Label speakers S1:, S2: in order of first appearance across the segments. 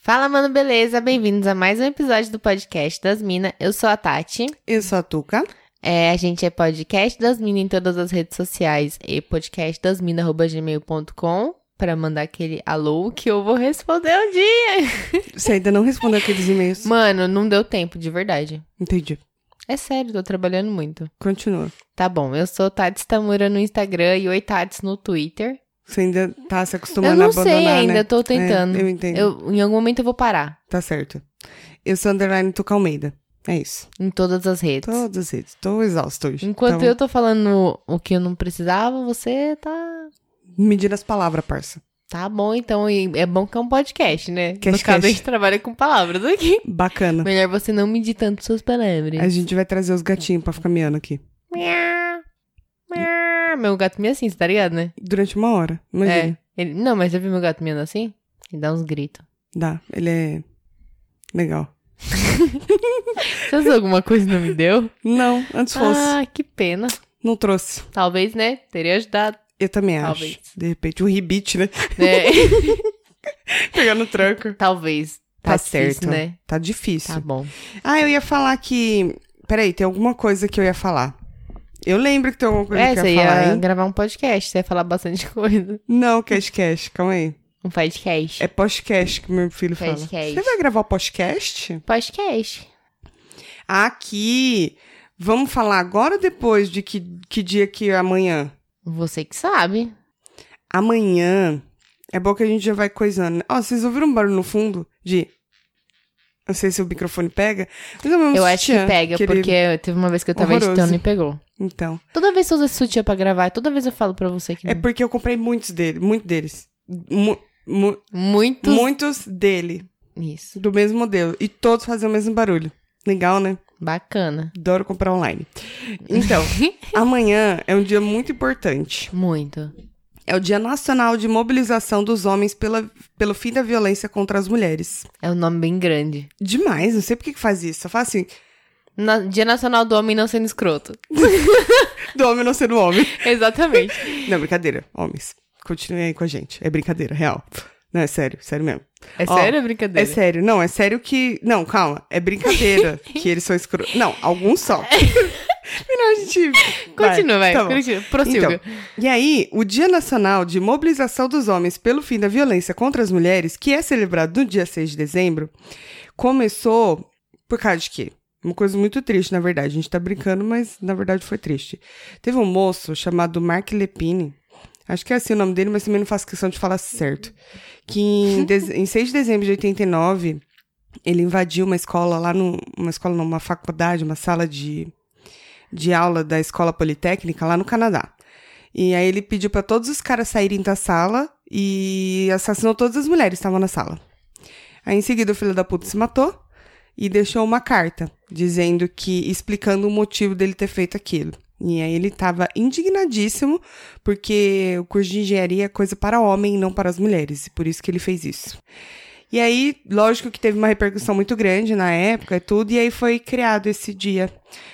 S1: Fala, mano, beleza? Bem-vindos a mais um episódio do podcast das Minas. Eu sou a Tati.
S2: Eu sou a Tuca.
S1: É, a gente é podcast das Minas em todas as redes sociais e podcastdasmina.gmail.com para mandar aquele alô que eu vou responder um dia.
S2: Você ainda não respondeu aqueles e-mails.
S1: Mano, não deu tempo, de verdade.
S2: Entendi.
S1: É sério, tô trabalhando muito.
S2: Continua.
S1: Tá bom, eu sou Tati Tamura no Instagram e Oi Tats no Twitter.
S2: Você ainda tá se
S1: Eu
S2: acostumando a
S1: não
S2: abandonar,
S1: sei ainda,
S2: né?
S1: eu tô tentando.
S2: É, eu entendo.
S1: eu, em algum momento eu vou parar.
S2: Tá certo. Eu sou underline Tuca Almeida. É isso.
S1: Em todas as redes.
S2: Todos eles. Tô exausto hoje.
S1: Enquanto
S2: então,
S1: eu tô falando o que eu não precisava, você tá.
S2: Medir as palavras, parça.
S1: Tá bom, então. e É bom que é um podcast, né?
S2: Cash,
S1: no caso, a
S2: cash.
S1: gente trabalha com palavras aqui.
S2: Bacana.
S1: Melhor você não medir tanto suas palavras.
S2: A gente vai trazer os gatinhos pra ficar miando aqui.
S1: Miau, miau. Meu gato meia assim, você tá ligado, né?
S2: Durante uma hora. Imagina.
S1: É. Ele... Não, mas já viu meu gato miando assim? Ele dá uns gritos.
S2: Dá. Ele é. Legal.
S1: Você usou alguma coisa e não me deu?
S2: Não, antes fosse.
S1: Ah, que pena.
S2: Não trouxe.
S1: Talvez, né? Teria ajudado.
S2: Eu também
S1: Talvez.
S2: acho. De repente, um ribite, né?
S1: Né?
S2: Pegar no tranco.
S1: Talvez. Tá,
S2: Tá
S1: certo,
S2: certo.
S1: né?
S2: Tá difícil.
S1: Tá bom.
S2: Ah, eu ia falar que. Peraí, tem alguma coisa que eu ia falar. Eu lembro que tem alguma coisa
S1: É,
S2: que eu
S1: você ia
S2: ia, falar, hein?
S1: gravar um podcast, você ia falar bastante coisa.
S2: Não, cash cash, calma aí.
S1: Um podcast.
S2: É podcast que meu filho fala.
S1: Podcast.
S2: Você vai gravar o podcast?
S1: Podcast.
S2: Aqui. Vamos falar agora ou depois de que, que dia que é amanhã?
S1: Você que sabe.
S2: Amanhã. É bom que a gente já vai coisando. né? Ó, vocês ouviram um barulho no fundo de. Não sei se o microfone pega. Mas é um
S1: Eu acho que
S2: sutiã,
S1: pega,
S2: aquele-
S1: porque teve uma vez que eu tava
S2: Horroroso.
S1: editando e pegou.
S2: Então.
S1: Toda vez que eu uso esse sutiã pra gravar, toda vez eu falo pra você que
S2: É
S1: não.
S2: porque eu comprei muitos dele, muito deles. Mu- mu-
S1: Muitos...
S2: Muitos dele,
S1: Isso.
S2: do mesmo modelo. E todos fazem o mesmo barulho. Legal, né?
S1: Bacana.
S2: Adoro comprar online. Então, amanhã é um dia muito importante.
S1: Muito.
S2: É o Dia Nacional de Mobilização dos Homens pela, pelo Fim da Violência contra as Mulheres.
S1: É um nome bem grande.
S2: Demais, não sei por que que faz isso. Só faz assim,
S1: Na- Dia Nacional do Homem Não Sendo Escroto.
S2: do homem não sendo homem.
S1: Exatamente.
S2: Não, brincadeira, homens. Continuem aí com a gente. É brincadeira, real. Não, é sério, sério mesmo.
S1: É
S2: Ó,
S1: sério ou
S2: É
S1: brincadeira?
S2: sério, não, é sério que. Não, calma, é brincadeira que eles são escrotos. Não, alguns só. Melhor a gente.
S1: É. Continua, vai.
S2: Tá bom.
S1: continua. Prossiga.
S2: Então, e aí, o Dia Nacional de Mobilização dos Homens pelo Fim da Violência contra as Mulheres, que é celebrado no dia 6 de dezembro, começou por causa de quê? Uma coisa muito triste, na verdade. A gente tá brincando, mas na verdade foi triste. Teve um moço chamado Mark Lepine, acho que é assim o nome dele, mas também não faço questão de falar certo, que em, dez- em 6 de dezembro de 89, ele invadiu uma escola lá, no, uma escola não, uma faculdade, uma sala de, de aula da Escola Politécnica lá no Canadá. E aí ele pediu pra todos os caras saírem da sala e assassinou todas as mulheres que estavam na sala. Aí em seguida o filho da puta se matou e deixou uma carta dizendo que explicando o motivo dele ter feito aquilo. E aí ele tava indignadíssimo porque o curso de engenharia é coisa para homem e não para as mulheres, e por isso que ele fez isso. E aí, lógico que teve uma repercussão muito grande na época e tudo, e aí foi criado esse Dia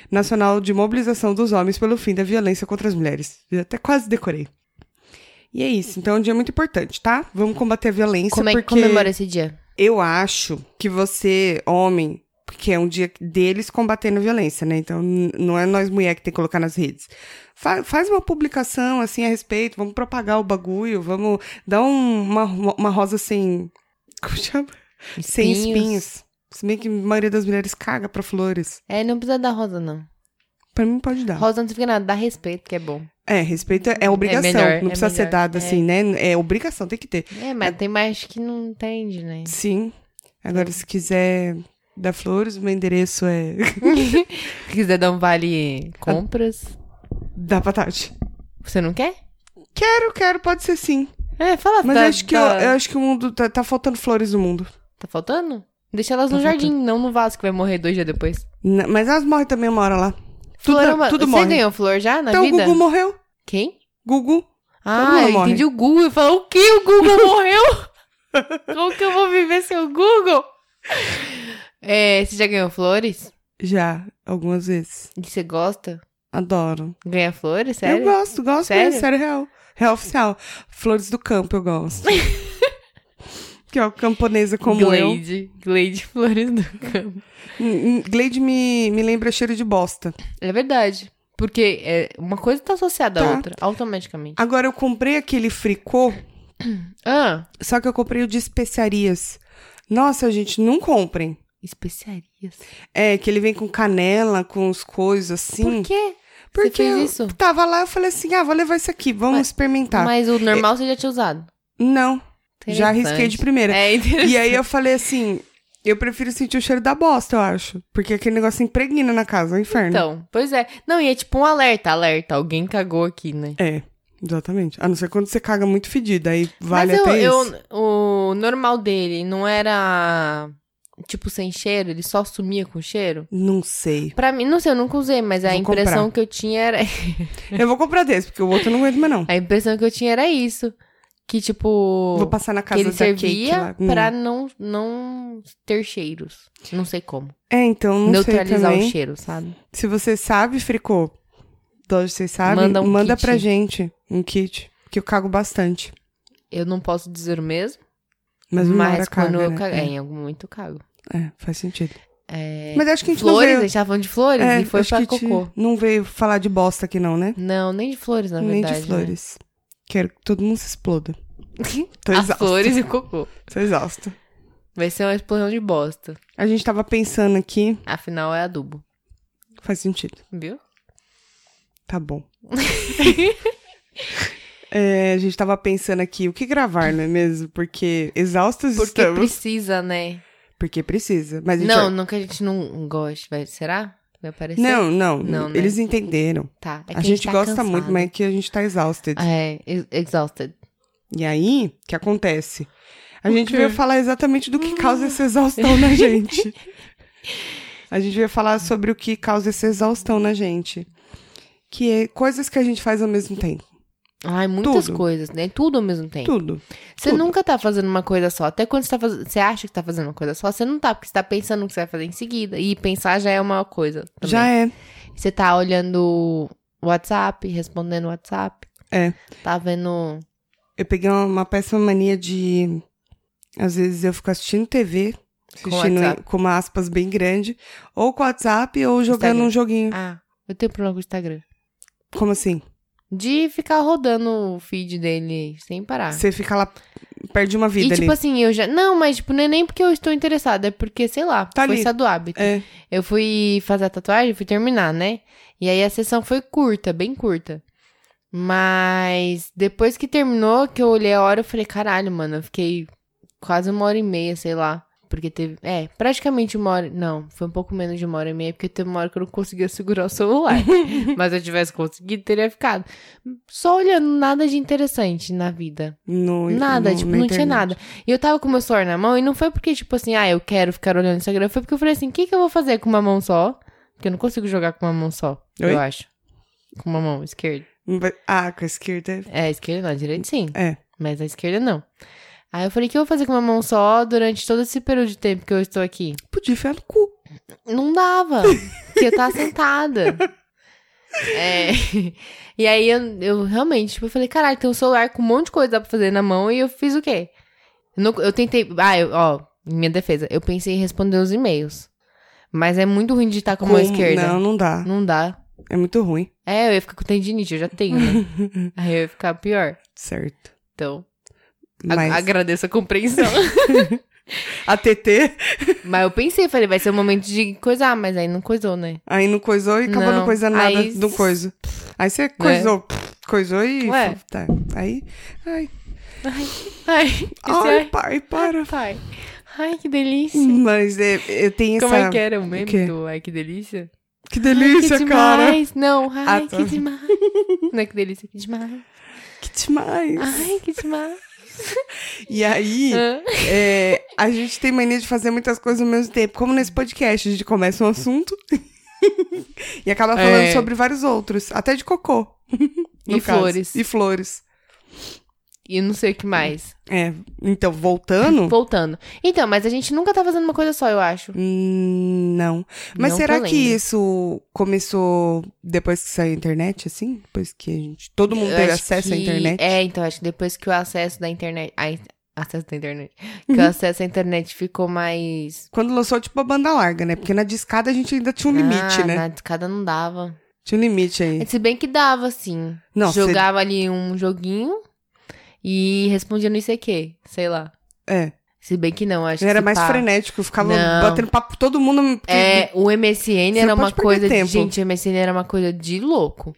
S2: Nacional de Mobilização dos Homens pelo Fim da Violência contra as Mulheres. Eu até quase decorei. E é isso, então é um dia muito importante, tá? Vamos combater a violência
S1: Como é que
S2: porque...
S1: comemora esse dia?
S2: Eu acho que você, homem, porque é um dia deles combatendo a violência, né? Então, n- não é nós mulher que tem que colocar nas redes. Fa- faz uma publicação, assim, a respeito, vamos propagar o bagulho, vamos dar um- uma, uma rosa sem... Como chama? Sem espinhos. Se bem que a maioria das mulheres caga pra flores.
S1: É, não precisa dar rosa, não.
S2: Pra mim pode dar.
S1: Rosa não significa nada, dá respeito, que é bom.
S2: É, respeito é- é obrigação.
S1: melhor, é
S2: não precisa ser
S1: melhor,
S2: dado
S1: é.
S2: assim, né? É obrigação, tem que ter.
S1: É, mas tem mais que não entende, né?
S2: Sim. Agora, se quiser dar flores, meu endereço é
S1: Se quiser dar um vale compras,
S2: da Patati.
S1: você não quer?
S2: Quero, quero, pode ser sim.
S1: É, fala.
S2: Mas
S1: tá,
S2: eu acho que
S1: tá,
S2: eu, eu acho que o mundo tá, tá faltando flores no mundo.
S1: tá faltando? Deixa elas
S2: Tá
S1: no jardim, não no vaso que vai morrer dois dias depois.
S2: N- Mas elas morrem também uma hora lá. Tudo,
S1: Flor é uma-
S2: tudo
S1: você
S2: morre.
S1: ganhou flor já na
S2: então
S1: vida?
S2: o Gugu morreu.
S1: Quem?
S2: Gugu.
S1: Ah,
S2: mundo
S1: eu
S2: morre.
S1: entendi o Google. Eu falo, o que? O Google morreu? Como que eu vou viver sem o Google? É, você já ganhou flores?
S2: Já, algumas vezes.
S1: E você gosta?
S2: Adoro.
S1: Ganha flores?
S2: Eu
S1: Sério?
S2: gosto, gosto
S1: Sério?
S2: mesmo, sério real. Real oficial. Flores do campo eu gosto. que é uma camponesa como eu.
S1: Glade. Glade Flores do Campo.
S2: Hum, hum, Glade me, me lembra cheiro de bosta.
S1: É verdade. Porque é, uma coisa tá associada
S2: Tá.
S1: à outra, automaticamente.
S2: Agora, eu comprei aquele fricô,
S1: Ah,
S2: só que eu comprei o de especiarias. Nossa, gente, não comprem.
S1: especiarias.
S2: É, que ele vem com canela, com as coisas assim.
S1: Por quê?
S2: Porque
S1: Você fez
S2: eu
S1: isso?
S2: tava lá, eu falei assim, ah, vou levar isso aqui, vamos
S1: Mas-
S2: experimentar.
S1: Mas o normal você já tinha usado.
S2: Não, Tá. É já
S1: Interessante.
S2: arrisquei de primeira.
S1: É interessante.
S2: E aí eu falei assim, eu prefiro sentir o cheiro da bosta, eu acho. Porque aquele negócio impregna na casa, é um inferno.
S1: Então, pois é. Não, e é tipo um alerta, alerta. Alguém cagou aqui, né?
S2: É, exatamente. A não ser quando você caga muito fedido, aí vale
S1: Mas eu,
S2: até
S1: eu-
S2: isso.
S1: o normal dele não era, tipo, sem cheiro? Ele só sumia com cheiro?
S2: Não sei.
S1: Pra mim, não sei, eu nunca usei, mas a
S2: Vou
S1: impressão que eu tinha era...
S2: Eu vou comprar desse, porque o outro eu não aguento mais não.
S1: A impressão que eu tinha era isso. Que, tipo...
S2: Vou passar na
S1: que
S2: casa
S1: ele
S2: da Kate
S1: servia
S2: lá. Hum.
S1: pra não, não ter cheiros. Não sei como.
S2: É, então, não sei
S1: Neutralizar
S2: também.
S1: o cheiro, sabe?
S2: Se você sabe, Fricô, todos vocês sabem,
S1: Manda um kit.
S2: pra gente um kit, que eu cago bastante.
S1: Eu não posso dizer o mesmo,
S2: Mas,
S1: mas,
S2: uma hora caga,
S1: quando eu
S2: né?
S1: cago, é, em algum momento eu cago.
S2: É, é, faz sentido.
S1: É,
S2: Mas acho que a gente
S1: flores, a
S2: não veio...
S1: gente tava falando de flores
S2: É,
S1: e foi
S2: acho
S1: pra
S2: que a gente
S1: cocô.
S2: Não veio falar de bosta aqui não, né?
S1: Não, nem de flores, na
S2: Nem
S1: verdade.
S2: de flores. Quero que todo mundo se exploda.
S1: Né?
S2: Tô
S1: As
S2: exausta.
S1: flores e o cocô.
S2: Tô exausta.
S1: Vai ser uma explosão de bosta.
S2: A gente tava pensando aqui,
S1: Afinal, é adubo.
S2: faz sentido.
S1: Viu?
S2: Tá bom. É, a gente tava pensando aqui o que gravar, não é mesmo? Porque exaustos
S1: Porque
S2: estamos.
S1: precisa, né?
S2: Porque precisa. Mas a gente
S1: Não,
S2: vai-
S1: não que a gente não goste. Vai... Será? Vai aparecer?
S2: não, não,
S1: Não, né?
S2: Eles entenderam.
S1: Tá. é que
S2: a gente,
S1: tá
S2: gosta
S1: cansado.
S2: muito, mas é que a gente tá exausted.
S1: É, ex- exhausted.
S2: E aí, o que acontece? A gente
S1: quê? Hum.
S2: veio falar exatamente do que causa essa exaustão na gente. A gente veio falar sobre o que causa essa exaustão na gente. Que é coisas que a gente faz ao mesmo tempo.
S1: Ai, muitas
S2: Tudo.
S1: coisas, né? Tudo ao mesmo tempo.
S2: Tudo.
S1: Você
S2: tudo.
S1: nunca tá fazendo uma coisa só. Até quando você, tá faz... você acha que tá fazendo uma coisa só, você não tá, porque você tá pensando no que você vai fazer em seguida. E pensar já é uma coisa. Também.
S2: Já é.
S1: Você tá olhando o WhatsApp, respondendo o WhatsApp.
S2: É.
S1: Tá vendo.
S2: Eu peguei uma, uma péssima mania de. Às vezes eu fico assistindo TV,
S1: Com
S2: assistindo
S1: WhatsApp.
S2: com uma aspas bem grande, ou com WhatsApp, ou jogando
S1: Instagram.
S2: um joguinho.
S1: Ah, eu tenho problema com o Instagram.
S2: Como assim?
S1: De ficar rodando o feed dele sem parar.
S2: Você fica lá, perde uma
S1: E
S2: vida
S1: tipo
S2: ali.
S1: assim, eu já. Não, mas tipo, não é nem porque eu estou interessada, é porque, sei lá,
S2: Tá
S1: foi
S2: ali.
S1: só do hábito.
S2: É.
S1: Eu fui fazer a tatuagem, fui terminar, né? E aí a sessão foi curta, bem curta. Mas depois que terminou, que eu olhei a hora, eu falei, caralho, mano, eu fiquei quase uma hora e meia, sei lá. Porque teve. É, praticamente uma hora. Não, foi um pouco menos de uma hora e meia, porque teve uma hora que eu não conseguia segurar o celular. Mas se eu tivesse conseguido, teria ficado. Só olhando nada de interessante na vida.
S2: No,
S1: Nada,
S2: no-
S1: tipo,
S2: na
S1: não tinha
S2: internet.
S1: nada. E eu tava com o meu celular na mão e não foi porque, tipo assim, ah, eu quero ficar olhando o Instagram. Foi porque eu falei assim, o que, que eu vou fazer com uma mão só? Porque eu não consigo jogar com uma mão só,
S2: Oi?
S1: eu acho. Com uma mão esquerda.
S2: Não vai- Ah, com a esquerda.
S1: É, a esquerda não, a direita sim.
S2: É.
S1: Mas a esquerda não. Aí eu falei, o que eu vou fazer com uma mão só durante todo esse período de tempo que eu estou aqui?
S2: Podia enfiar no cu.
S1: Não dava. porque eu tava sentada. É. E aí eu, eu realmente, tipo, eu falei, caralho, tem um celular com um monte de coisa pra fazer na mão e eu fiz o quê? Eu, não- eu tentei. Ah, eu, ó, em minha defesa, eu pensei em responder os e-mails. Mas é muito ruim digitar com a mão
S2: Com-
S1: esquerda.
S2: Não, não dá.
S1: Não dá.
S2: É muito ruim.
S1: É, eu ia ficar com tendinite, eu já tenho, né? aí eu ia ficar pior.
S2: Certo.
S1: Então, a-
S2: Mas
S1: agradeço a compreensão.
S2: a TT
S1: mas eu pensei, falei, vai ser o momento de coisar, mas aí não coisou, né?
S2: aí não coisou e acabou
S1: Não,
S2: não coisando nada
S1: aí- É.
S2: do coiso. Aí você coisou, coisou e.
S1: Ué.
S2: Tá. Aí. Ai,
S1: Ai, é esse
S2: ai,
S1: ai,
S2: pai, para.
S1: pai. Ai, que delícia.
S2: Mas é, eu tenho
S1: Como
S2: essa.
S1: é que era o meme
S2: quê?
S1: do Ai que delícia?
S2: Que delícia,
S1: ai, que
S2: cara.
S1: demais. Não, ai
S2: Ah, tá.
S1: que demais. Não é que delícia, que demais.
S2: Que demais.
S1: Ai que demais.
S2: E aí,
S1: Hã?
S2: é, a gente tem mania de fazer muitas coisas ao mesmo tempo. Como nesse podcast, a gente começa um assunto e acaba falando
S1: É.
S2: sobre vários outros, até de cocô. no
S1: E
S2: caso.
S1: flores.
S2: E flores.
S1: E não sei o que mais.
S2: É, então, voltando.
S1: Voltando. Então, mas a gente nunca tá fazendo uma coisa só, eu acho.
S2: hum, Não. Mas
S1: Não
S2: será
S1: eu
S2: que
S1: lembre.
S2: isso começou depois que saiu a internet, assim? Depois que a gente, todo mundo
S1: Eu
S2: teve
S1: acho
S2: acesso à
S1: que-
S2: internet?
S1: É, então, acho que depois que o acesso da internet. A, acesso da internet. Que
S2: Uhum.
S1: o acesso à internet ficou mais.
S2: Quando lançou, tipo, a banda larga, né? Porque na discada a gente ainda tinha um limite,
S1: Ah,
S2: né?
S1: Na discada não dava.
S2: Tinha um limite aí.
S1: Se bem que dava, assim.
S2: Não, cê-
S1: Jogava ali um joguinho e respondia no ICQ, sei lá.
S2: É.
S1: Se bem que não, acho
S2: Era
S1: que
S2: mais
S1: frenético.
S2: frenético, ficava
S1: Não.
S2: batendo papo com todo mundo. porque-
S1: É, o MSN
S2: Você
S1: era
S2: não
S1: uma
S2: pode perder
S1: coisa de.
S2: tempo.
S1: Gente, o MSN era uma coisa de louco.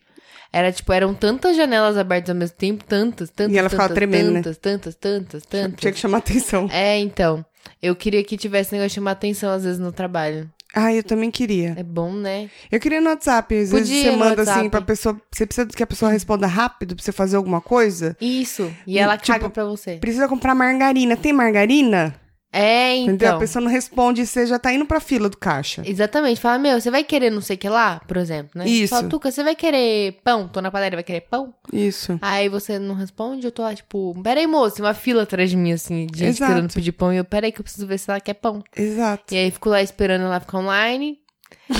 S1: Era tipo, eram tantas janelas abertas ao mesmo tempo, tantas, tantas.
S2: E ela ficava
S1: tantas,
S2: tremendo, né?
S1: tantas, tantas, tantas, tantas.
S2: Tinha que chamar atenção.
S1: É, então. Eu queria que tivesse negócio de chamar atenção às vezes no trabalho.
S2: Ah, eu também queria.
S1: É bom, né?
S2: Eu queria no WhatsApp. Às vezes
S1: Podia
S2: você
S1: no
S2: manda assim
S1: WhatsApp.
S2: pra pessoa. Você precisa que a pessoa responda rápido pra você fazer alguma coisa.
S1: Isso. E
S2: Hum,
S1: ela
S2: tipo,
S1: caga pra você.
S2: Precisa comprar margarina. Tem margarina?
S1: É,
S2: Entendeu? A
S1: então.
S2: pessoa não responde e você já tá indo pra fila do caixa.
S1: Exatamente. Fala, meu, você vai querer não sei o que lá, por exemplo, né?
S2: Isso.
S1: Fala, Tuca, você vai querer pão? Tô na padaria, vai querer pão?
S2: Isso.
S1: Aí você não responde, eu tô lá, tipo, peraí, moço, tem uma fila atrás de mim, assim, de gente
S2: Exato.
S1: querendo pedir pão. E eu, peraí, que eu preciso ver se ela quer pão.
S2: Exato.
S1: E aí fico lá esperando ela ficar online.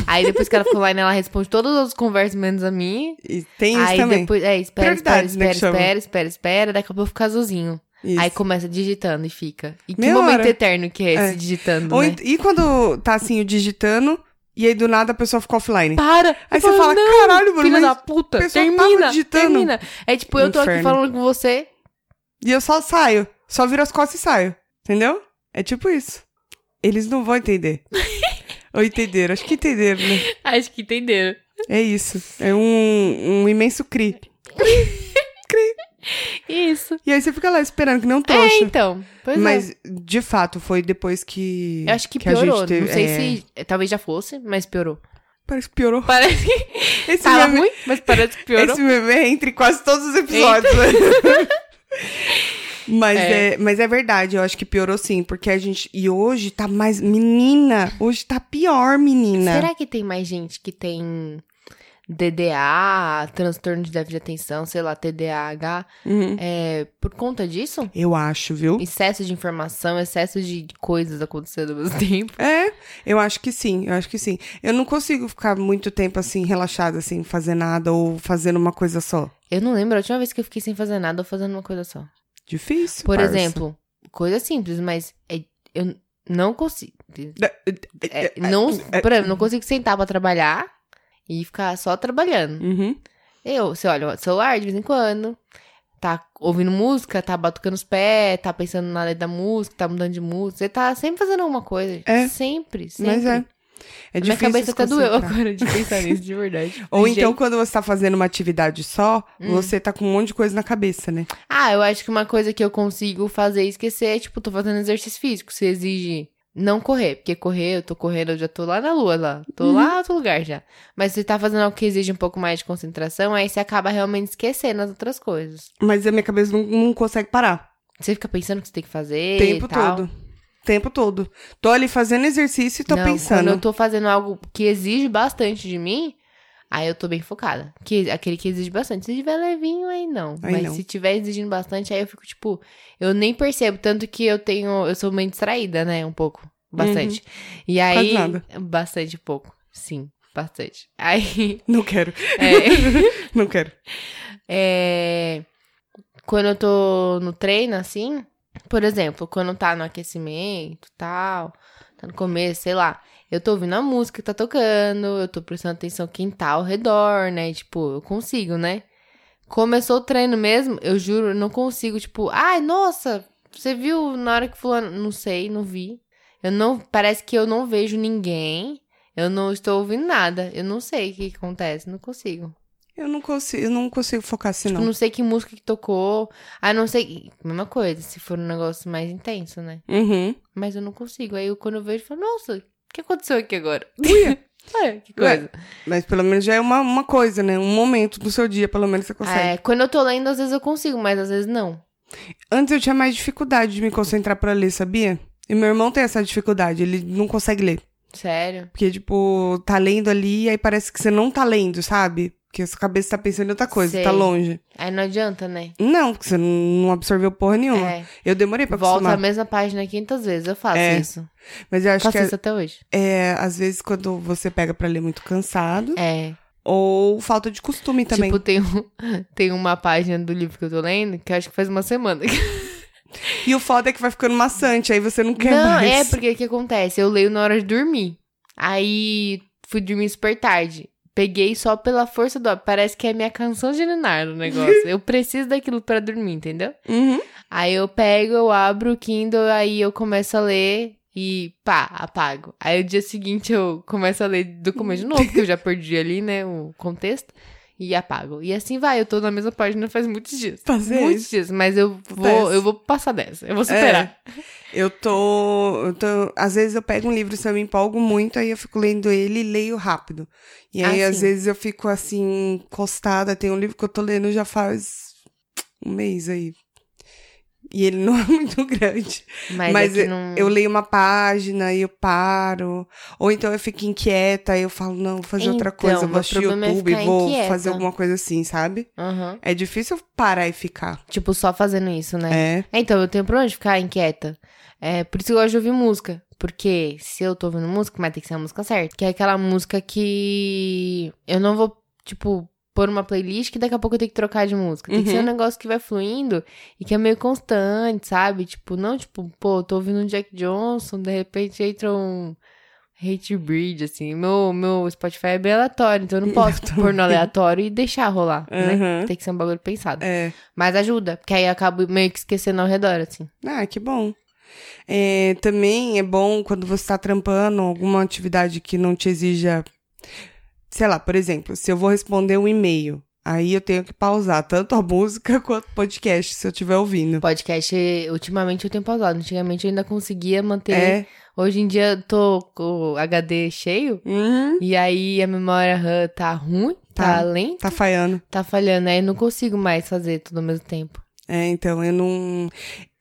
S1: Aí depois que ela ficou online, ela responde todas as outras conversas, menos a minha.
S2: E tem isso
S1: aí
S2: também.
S1: depois, é, espera, espera,
S2: Prioridades, né,
S1: espera,
S2: que chama.
S1: espera, espera, espera, daqui a pouco fica azulzinho.
S2: Isso.
S1: Aí começa digitando e fica. E que
S2: Meia
S1: momento
S2: hora.
S1: eterno que é esse
S2: É.
S1: digitando,
S2: Ou
S1: né?
S2: ent- E quando tá assim, o digitando, e aí do nada a pessoa fica offline.
S1: Para!
S2: Aí
S1: Eu
S2: você
S1: falo,
S2: fala,
S1: não,
S2: caralho, mano,
S1: filha
S2: mas
S1: da puta,
S2: pessoa tava
S1: termina,
S2: digitando.
S1: termina. É tipo, eu tô aqui
S2: Inferno.
S1: falando com você,
S2: E eu só saio. Só viro as costas e saio. Entendeu? É tipo isso. Eles não vão entender. Ou entenderam. Acho que entenderam, né?
S1: acho que entenderam.
S2: É isso. É um, um imenso cri.
S1: Isso.
S2: E aí você fica lá esperando que não
S1: É,
S2: trouxa.
S1: então. Pois é.
S2: Mas, de fato, foi depois que.
S1: Eu acho que,
S2: a
S1: piorou.
S2: gente teve-
S1: Não sei
S2: é.
S1: se. é, Talvez já fosse, mas piorou.
S2: Parece que piorou.
S1: Parece que
S2: Esse
S1: tava
S2: meme-
S1: ruim, mas parece que piorou.
S2: Esse meme é entre quase todos os episódios. né? mas, é. mas é verdade, eu acho que piorou sim, porque a gente. E hoje tá mais. Menina! Hoje tá pior, menina.
S1: Será que tem mais gente que tem DDA, transtorno de déficit de atenção, sei lá, TDAH,
S2: Uhum.
S1: é, por conta disso?
S2: Eu acho, viu?
S1: Excesso de informação, excesso de coisas acontecendo ao mesmo tempo.
S2: É, eu acho que sim, eu acho que sim. Eu não consigo ficar muito tempo assim, relaxada, assim, fazer nada ou fazendo uma coisa só.
S1: Eu não lembro a última vez que eu fiquei sem fazer nada ou fazendo uma coisa só.
S2: Difícil.
S1: Por
S2: parça.
S1: exemplo, coisa simples, mas é- eu não consigo.
S2: Da-
S1: É, não, por exemplo, não consigo sentar pra trabalhar e ficar só trabalhando.
S2: Uhum.
S1: Eu, você olha o celular de vez em quando, tá ouvindo música, tá batucando os pés, tá pensando na letra da música, tá mudando de música. Você tá sempre fazendo alguma coisa.
S2: É.
S1: Sempre, sempre.
S2: Mas é. É
S1: A minha
S2: difícil
S1: cabeça
S2: se
S1: até doeu
S2: concentrar.
S1: agora de pensar nisso, de verdade.
S2: Ou
S1: De
S2: então,
S1: jeito.
S2: quando você tá fazendo uma atividade só,
S1: Hum.
S2: você tá com um monte de coisa na cabeça, né?
S1: Ah, eu acho que uma coisa que eu consigo fazer e esquecer é, tipo, tô fazendo exercício físico. Se exige não correr, porque correr, eu tô correndo, eu já tô lá na lua, lá. Tô lá
S2: Uhum.
S1: em outro lugar já. Mas se tá fazendo algo que exige um pouco mais de concentração, aí você acaba realmente esquecendo as outras coisas.
S2: Mas a minha cabeça não, não consegue parar.
S1: Você fica pensando o que você tem que fazer.
S2: tempo
S1: e tal.
S2: todo. Tempo todo. Tô ali fazendo exercício e tô
S1: Não,
S2: pensando.
S1: Quando eu tô fazendo algo que exige bastante de mim, aí eu tô bem focada. Que, aquele que exige bastante. Se tiver levinho, aí não.
S2: Aí
S1: Mas
S2: não.
S1: se tiver exigindo bastante, aí eu fico, tipo, eu nem percebo. Tanto que eu tenho. Eu sou meio distraída, né? Um pouco. Bastante. E aí.
S2: Uhum. nada.
S1: Bastante pouco. Sim, bastante. Aí.
S2: Não quero.
S1: É,
S2: Não quero.
S1: é, quando eu tô no treino, assim, por exemplo, quando tá no aquecimento tal, tá no começo, sei lá, eu tô ouvindo a música que tá tocando, eu tô prestando atenção quem tá ao redor, né? Tipo, eu consigo, né? Começou o treino mesmo, eu juro, eu não consigo, tipo, ai, nossa, você viu na hora que fulano. Não sei, não vi. Eu não. Parece que eu não vejo ninguém. Eu não estou ouvindo nada. Eu não sei o que que acontece. Não consigo.
S2: Eu não consigo, eu não consigo focar assim,
S1: Tipo,
S2: não.
S1: não sei que música que tocou. Ah, não sei. Mesma coisa, se for um negócio mais intenso, né?
S2: Uhum.
S1: Mas eu não consigo. Aí eu, quando eu vejo, eu falo, nossa, o que aconteceu aqui agora? Olha, que
S2: Ué,
S1: coisa.
S2: Mas pelo menos já é uma, uma coisa, né? Um momento do seu dia, pelo menos você consegue.
S1: É, quando eu tô lendo, às vezes eu consigo, mas às vezes não.
S2: Antes eu tinha mais dificuldade de me concentrar pra ler, sabia? E meu irmão tem essa dificuldade, ele não consegue ler.
S1: Sério.
S2: Porque, tipo, tá lendo ali e aí parece que você não tá lendo, sabe? Porque a sua cabeça tá pensando em outra coisa,
S1: Sei.
S2: tá longe.
S1: Aí não adianta, né?
S2: Não, porque você não absorveu porra nenhuma.
S1: É,
S2: Eu demorei pra
S1: volta à
S2: acostumar.
S1: mesma página 500 vezes. Eu faço
S2: É,
S1: isso.
S2: Mas eu acho
S1: faço
S2: que é,
S1: isso até hoje.
S2: é, às vezes quando você pega pra ler muito cansado.
S1: É.
S2: Ou falta de costume também.
S1: Tipo, tem, um, tem uma página do livro que eu tô lendo que eu acho que faz uma semana.
S2: E o foda é que vai ficando maçante, aí você não quer
S1: não,
S2: mais.
S1: é porque o que acontece? Eu leio na hora de dormir. Aí fui dormir super tarde. Peguei só pela força do. Parece que é minha canção de Leonardo o negócio. eu preciso daquilo pra dormir, entendeu?
S2: Uhum.
S1: Aí eu pego, eu abro o Kindle, aí eu começo a ler e pá, apago. Aí o dia seguinte eu começo a ler do começo de novo, porque eu já perdi ali, né, o contexto, e apago. E assim vai, eu tô na mesma página faz muitos dias.
S2: Fazer
S1: muitos dias, mas eu vou,
S2: É Acontece.
S1: eu vou passar dessa, eu vou superar.
S2: Eu tô, eu tô. Às vezes eu pego um livro, se eu me empolgo muito, aí eu fico lendo ele e leio rápido. E aí,
S1: Ah,
S2: às
S1: sim.
S2: vezes, eu fico assim, encostada. Tem um livro que eu tô lendo já faz um mês aí. E ele não é muito grande.
S1: Mas,
S2: Mas
S1: é que não...
S2: Eu leio uma página e eu paro. Ou então eu fico inquieta e eu falo, não, vou fazer outra
S1: Então,
S2: coisa,
S1: meu
S2: vou assistir
S1: problema é
S2: YouTube,
S1: ficar
S2: vou
S1: inquieta.
S2: fazer alguma coisa assim, sabe?
S1: Aham.
S2: É difícil parar e ficar.
S1: Tipo, só fazendo isso, né?
S2: É.
S1: É, Então, eu tenho problema de ficar inquieta. É, por isso que eu gosto de ouvir música. Porque se eu tô ouvindo música, mas tem que ser a música certa. Que é aquela música que eu não vou, tipo, pôr uma playlist que daqui a pouco eu tenho que trocar de música. Tem que ser um
S2: Uhum.
S1: negócio que vai fluindo e que é meio constante, sabe? Tipo, não tipo, pô, eu tô ouvindo um Jack Johnson, de repente entra um Hate Breed, assim. Meu, meu Spotify é bem aleatório, então eu não posso
S2: Eu também.
S1: pôr no aleatório e deixar rolar, né?
S2: Uhum.
S1: Tem que ser um bagulho pensado.
S2: É.
S1: Mas ajuda, porque aí eu acabo meio que esquecendo ao redor, assim.
S2: Ah, que bom. É, também é bom quando você tá trampando alguma atividade que não te exija. Sei lá, por exemplo, se eu vou responder um e-mail, aí eu tenho que pausar tanto a música quanto o podcast, se eu estiver ouvindo.
S1: Podcast, ultimamente eu tenho pausado. Antigamente eu ainda conseguia manter.
S2: É.
S1: Hoje em dia eu tô com o HD cheio.
S2: Uhum.
S1: E aí a memória RAM tá ruim, tá,
S2: Tá.
S1: lenta,
S2: Tá falhando.
S1: tá falhando. Aí eu não consigo mais fazer tudo ao mesmo tempo.
S2: É, então eu não.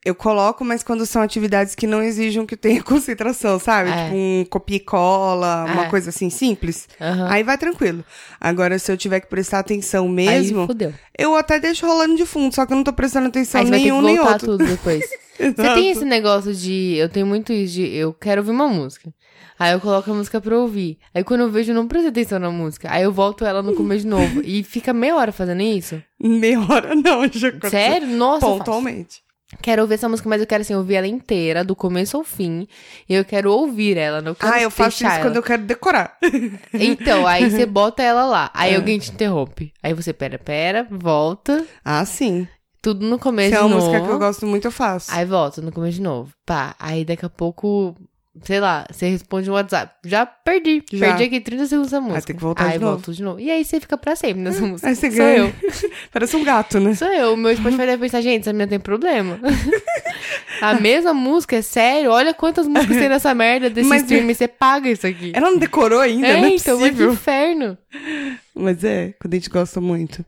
S2: Eu coloco, mas quando são atividades que não exijam que tenha concentração, sabe?
S1: É.
S2: Tipo um copia e cola, uma
S1: É.
S2: coisa assim simples.
S1: Aham.
S2: Aí vai tranquilo. Agora, se eu tiver que prestar atenção mesmo.
S1: Aí fudeu.
S2: Eu até deixo rolando de fundo, só que eu não tô prestando atenção
S1: Aí você vai ter que
S2: nenhum nem
S1: voltar
S2: outro.
S1: tudo depois. Você tem esse negócio de. Eu tenho muito isso de. Eu quero ouvir uma música. Aí eu coloco a música pra ouvir. Aí quando eu vejo, eu não presto atenção na música. Aí eu volto ela no começo de novo. E fica meia hora fazendo isso.
S2: Meia hora não, já aconteceu.
S1: Sério? Nossa. eu faço.
S2: Pontualmente.
S1: Quero ouvir essa música, mas eu quero assim, ouvir ela inteira, do começo ao fim. E eu quero ouvir ela, não quero
S2: Ah, eu faço isso
S1: deixar
S2: quando
S1: ela.
S2: eu quero decorar.
S1: Então, aí você bota ela lá. Aí
S2: É.
S1: alguém te interrompe. Aí você pera, pera, volta.
S2: Ah, sim.
S1: Tudo no começo
S2: Se é
S1: de
S2: uma
S1: novo.
S2: música que eu gosto muito, eu faço.
S1: Aí volta no começo de novo. Pá, aí daqui a pouco, sei lá, você responde um WhatsApp. Já perdi.
S2: Já.
S1: Perdi aqui 30 segundos da música.
S2: que voltar
S1: aí
S2: de novo.
S1: volto de novo. E aí você fica pra sempre nessa música.
S2: Aí você
S1: Sou
S2: ganha.
S1: eu.
S2: Parece um gato, né?
S1: Sou eu. O meu Spotify deve pensar, gente, essa menina tem problema. a mesma música, é sério. Olha quantas músicas tem nessa merda desse
S2: Mas-
S1: streaming. Você paga isso aqui.
S2: Ela não decorou ainda,
S1: é,
S2: não é
S1: então, mas que
S2: possível.
S1: inferno.
S2: Mas é, quando a gente gosta muito.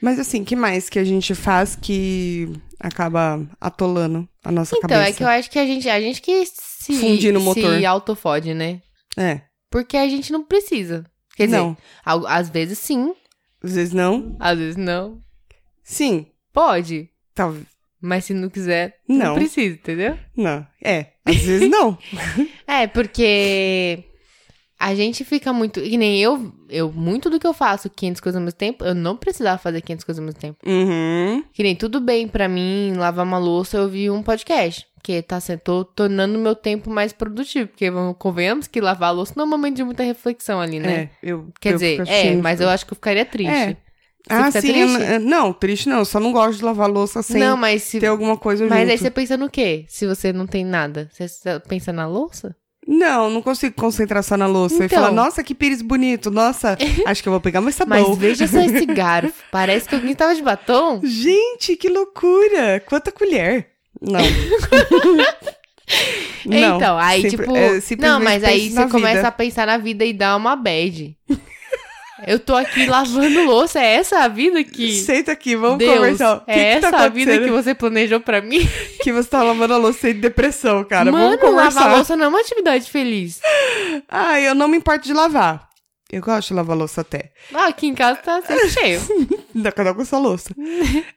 S2: Mas assim, que mais que a gente faz que acaba atolando a nossa
S1: Então,
S2: cabeça?
S1: é que eu acho que a gente, a gente que se,
S2: Fundir no motor.
S1: se autofode, né?
S2: É,
S1: Porque a gente não precisa. Quer dizer,
S2: não.
S1: al- às vezes sim,
S2: Às vezes não.
S1: às vezes não.
S2: Sim,
S1: Pode,
S2: talvez.
S1: mas se não quiser, não,
S2: Não.
S1: precisa, entendeu?
S2: Não, é. Às vezes não.
S1: É, porque a gente fica muito. E nem eu, eu, muito do que eu faço 500 coisas ao mesmo tempo, eu não precisava fazer 500 coisas ao mesmo tempo.
S2: uhum.
S1: Que nem tudo bem pra mim lavar uma louça, eu vi um podcast. Porque tá sendo, tô tornando o meu tempo mais produtivo. Porque vamos- convenhamos que lavar a louça não é um momento de muita reflexão ali, né?
S2: É, eu.
S1: Quer
S2: eu
S1: dizer,
S2: fico
S1: é,
S2: assistindo.
S1: mas eu acho que eu ficaria triste.
S2: É.
S1: Você
S2: ah,
S1: fica
S2: sim,
S1: triste?
S2: eu- eu- não, triste não, eu só não gosto de lavar louça sem
S1: não, mas se.
S2: ter um alguma coisa
S1: Mas
S2: junto.
S1: aí você pensa no quê? Se você não tem nada? Você só pensa na louça?
S2: Não, não consigo concentrar só na louça e
S1: Então.
S2: falar, nossa, que pires bonito, nossa, acho que eu vou pegar mais
S1: Mas
S2: sabão.
S1: veja só esse garfo. Parece que alguém tava de batom.
S2: Gente, que loucura! Quanta colher! Não. Não,
S1: então, aí
S2: sempre-
S1: tipo.
S2: é,
S1: não,
S2: simplesmente
S1: mas aí
S2: penso
S1: você
S2: na
S1: começa
S2: vida.
S1: a pensar na vida e dá uma bad. Eu tô aqui lavando louça, é essa a vida que.
S2: Senta aqui, vamos
S1: Deus,
S2: conversar. O que
S1: é
S2: que tá
S1: essa a vida que
S2: acontecendo?
S1: você planejou pra mim?
S2: que você tá lavando a louça sem depressão, cara.
S1: Mano,
S2: vamos conversar.
S1: lavar louça não é uma atividade feliz.
S2: Ah, eu não me importo de lavar. Eu gosto de lavar louça até.
S1: Ah, aqui em casa tá sempre cheio.
S2: Da cada um com sua louça.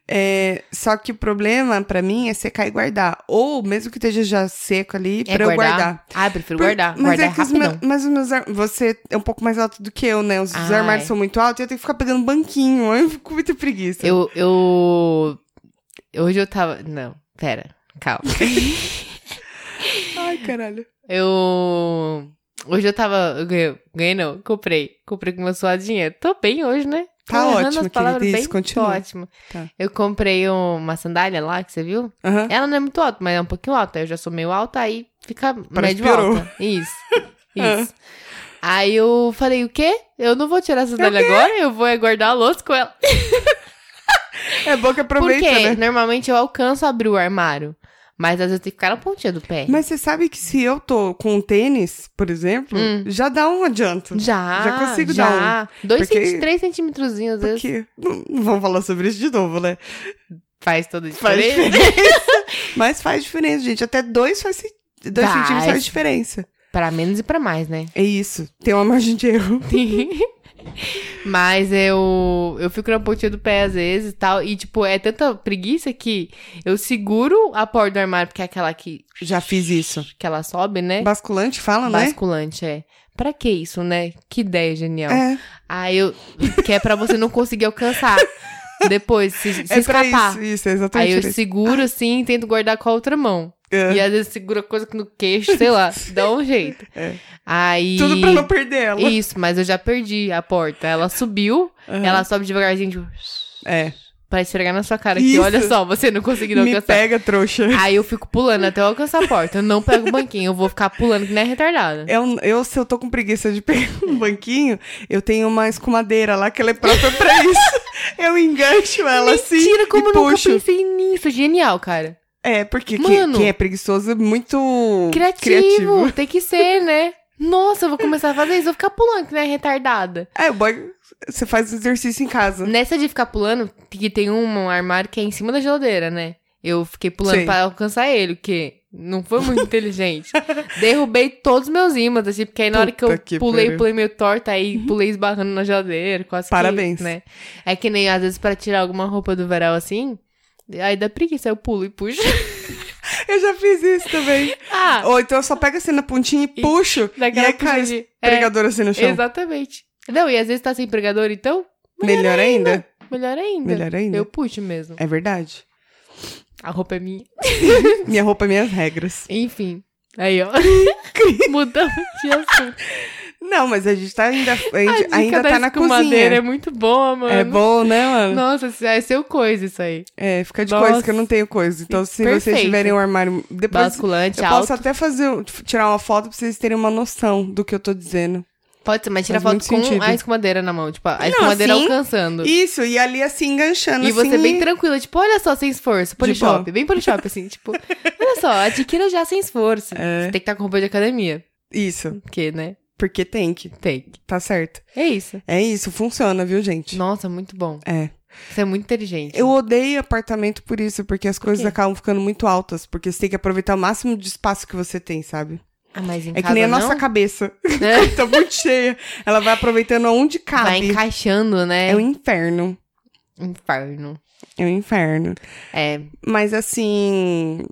S2: É, só que o problema pra mim é secar e guardar. Ou mesmo que esteja já seco ali, pra eu guardar.
S1: Ah, eu prefiro
S2: Por-
S1: guardar.
S2: Mas
S1: guardar
S2: é que os
S1: rapidão.
S2: meus- mas os meus ar- você é um pouco mais alto do que eu, né? Os
S1: Ah,
S2: armários
S1: é.
S2: são muito altos e eu tenho que ficar pegando banquinho. Eu fico com muita preguiça.
S1: Eu, eu. Hoje eu tava. Não. Pera, calma.
S2: Ai, caralho.
S1: eu. Hoje eu tava. eu ganhei- Ganhei não, comprei. Comprei com meu suado dinheiro. Tô bem hoje, né? Tô
S2: Tá
S1: errando
S2: ótimo,
S1: as palavras
S2: querida,
S1: bem,
S2: isso, continua.
S1: Tô ótimo.
S2: Tá. Ah.
S1: Eu comprei um, uma sandália lá que você viu.
S2: Aham.
S1: Ela não é muito alta, mas é um pouquinho alta. Eu já sou meio alta, aí fica médio
S2: piorou.
S1: alta. Isso. Isso. aí eu falei, o quê? Eu não vou tirar essa sandália agora, eu vou é guardar a louça com ela.
S2: É bom que aproveita,
S1: Porque
S2: né?
S1: normalmente eu alcanço a abrir o armário. Mas às vezes eu tenho que ficar na pontinha do pé.
S2: Mas você sabe que se eu tô com um tênis, por exemplo,
S1: Hum.
S2: já dá um adianto.
S1: já.
S2: já consigo
S1: já.
S2: dar um,
S1: Dois,
S2: porque-
S1: centí- três centímetrozinhos, às vezes.
S2: Porque não não vamos falar sobre isso de novo, né?
S1: Faz toda a
S2: Faz
S1: diferença.
S2: Mas faz diferença, gente. Até dois faz sen- dois
S1: Faz.
S2: centímetros faz diferença.
S1: pra menos e pra mais, né?
S2: É isso. Tem uma margem de erro.
S1: Mas eu, eu fico na pontinha do pé às vezes e tal. E, tipo, é tanta preguiça que eu seguro a porta do armário, porque é aquela que,
S2: Já fiz isso.
S1: que ela sobe, né?
S2: Basculante fala, né?
S1: Basculante, é. Pra que isso, né? Que ideia genial.
S2: É.
S1: Aí eu. Que é pra você não conseguir alcançar depois, se, se
S2: é pra
S1: escapar.
S2: isso. Isso, é
S1: Aí
S2: exatamente
S1: eu
S2: isso.
S1: seguro assim e tento guardar com a outra mão.
S2: É.
S1: E às vezes segura coisa no queixo, sei lá, dá um jeito.
S2: É.
S1: Aí.
S2: Tudo pra não perder ela.
S1: Isso, mas eu já perdi a porta. Ela subiu,
S2: Aham.
S1: ela sobe devagarzinho, tipo,
S2: É.
S1: pra esfregar na sua cara que
S2: Isso.
S1: olha só, você não conseguiu
S2: Me
S1: alcançar.
S2: pega, trouxa.
S1: Aí eu fico pulando até eu alcançar a porta. Eu não pego o banquinho, eu vou ficar pulando que nem retardada.
S2: Eu, eu, se eu tô com preguiça de pegar um banquinho, eu tenho uma escumadeira lá que ela é própria pra isso. Eu engancho ela assim
S1: Mentira, como
S2: e
S1: eu nunca
S2: puxo.
S1: pensei nisso. Genial, cara.
S2: É, porque que-
S1: Mano.
S2: quem é preguiçoso é muito
S1: Criativo,
S2: criativo.
S1: tem que ser, né? Nossa, eu vou começar a fazer isso, eu vou ficar pulando que nem retardada.
S2: É, o boy, você faz exercício em casa.
S1: Nessa de ficar pulando, que tem um armário que é em cima da geladeira, né? Eu fiquei pulando
S2: Sim.
S1: pra alcançar ele, que não foi muito inteligente. Derrubei todos os meus ímãs, assim, porque aí na hora que eu
S2: Puta que
S1: pulei,
S2: pariu. Uhum.
S1: pulei meio torta, aí pulei esbarrando na geladeira, quase
S2: Parabéns.
S1: que... né? É que nem, às vezes, pra tirar alguma roupa do varal, assim, aí dá preguiça, eu pulo e puxo.
S2: Eu já fiz isso também.
S1: ah,
S2: Ou então eu só pego assim na pontinha e,
S1: E
S2: puxo. E
S1: daquela
S2: aí cai
S1: puxadinha. É,
S2: pregador assim no chão.
S1: exatamente. Não, e às vezes tá sem pregador, então,
S2: Melhor ainda?
S1: melhor ainda.
S2: Melhor ainda?
S1: Eu puxo mesmo.
S2: É verdade.
S1: A roupa é minha.
S2: Minha roupa, é minhas regras.
S1: Enfim. Aí, ó. Mudamos de assunto.
S2: Não, mas a gente tá ainda. A gente
S1: A dica
S2: ainda
S1: da
S2: tá na
S1: escumadeira é
S2: cozinha.
S1: muito boa, mano.
S2: É bom, né, mano?
S1: Nossa, isso é seu coisa isso aí.
S2: É, fica de
S1: Nossa.
S2: coisa, que eu não tenho coisa. Então, se vocês
S1: Perfeito.
S2: tiverem um armário. Depois
S1: Basculante,
S2: eu
S1: alto.
S2: posso até fazer, um- tirar uma foto pra vocês terem uma noção do que eu tô dizendo.
S1: Pode ser, mas tira
S2: Faz
S1: foto
S2: muito
S1: com
S2: sentido.
S1: a escumadeira na mão. Tipo, a
S2: Não,
S1: escumadeira
S2: assim,
S1: alcançando. E,
S2: Isso, e ali assim, enganchando.
S1: você
S2: assim,
S1: bem tranquila. Tipo, olha só, sem esforço. Polishop.
S2: boa.
S1: Bem polishop, assim. Tipo, olha só, adquira já sem esforço.
S2: É.
S1: Você tem que estar com roupa de academia.
S2: Isso,
S1: Porque, né?
S2: porque tem que.
S1: Tem. que.
S2: Tá certo.
S1: É isso.
S2: É isso, funciona, viu, gente?
S1: Nossa, muito bom.
S2: É.
S1: Você é muito inteligente.
S2: Eu odeio apartamento por isso, porque as coisas
S1: quê?
S2: acabam ficando muito altas, porque você tem que aproveitar o máximo de espaço que você tem, sabe?
S1: Ah, mas em
S2: é que
S1: casa
S2: nem a
S1: não?
S2: nossa cabeça.
S1: É.
S2: tá muito cheia. Ela vai aproveitando onde
S1: Vai
S2: cabe.
S1: encaixando, né?
S2: é um inferno.
S1: Inferno.
S2: É um inferno.
S1: É,
S2: Mas assim,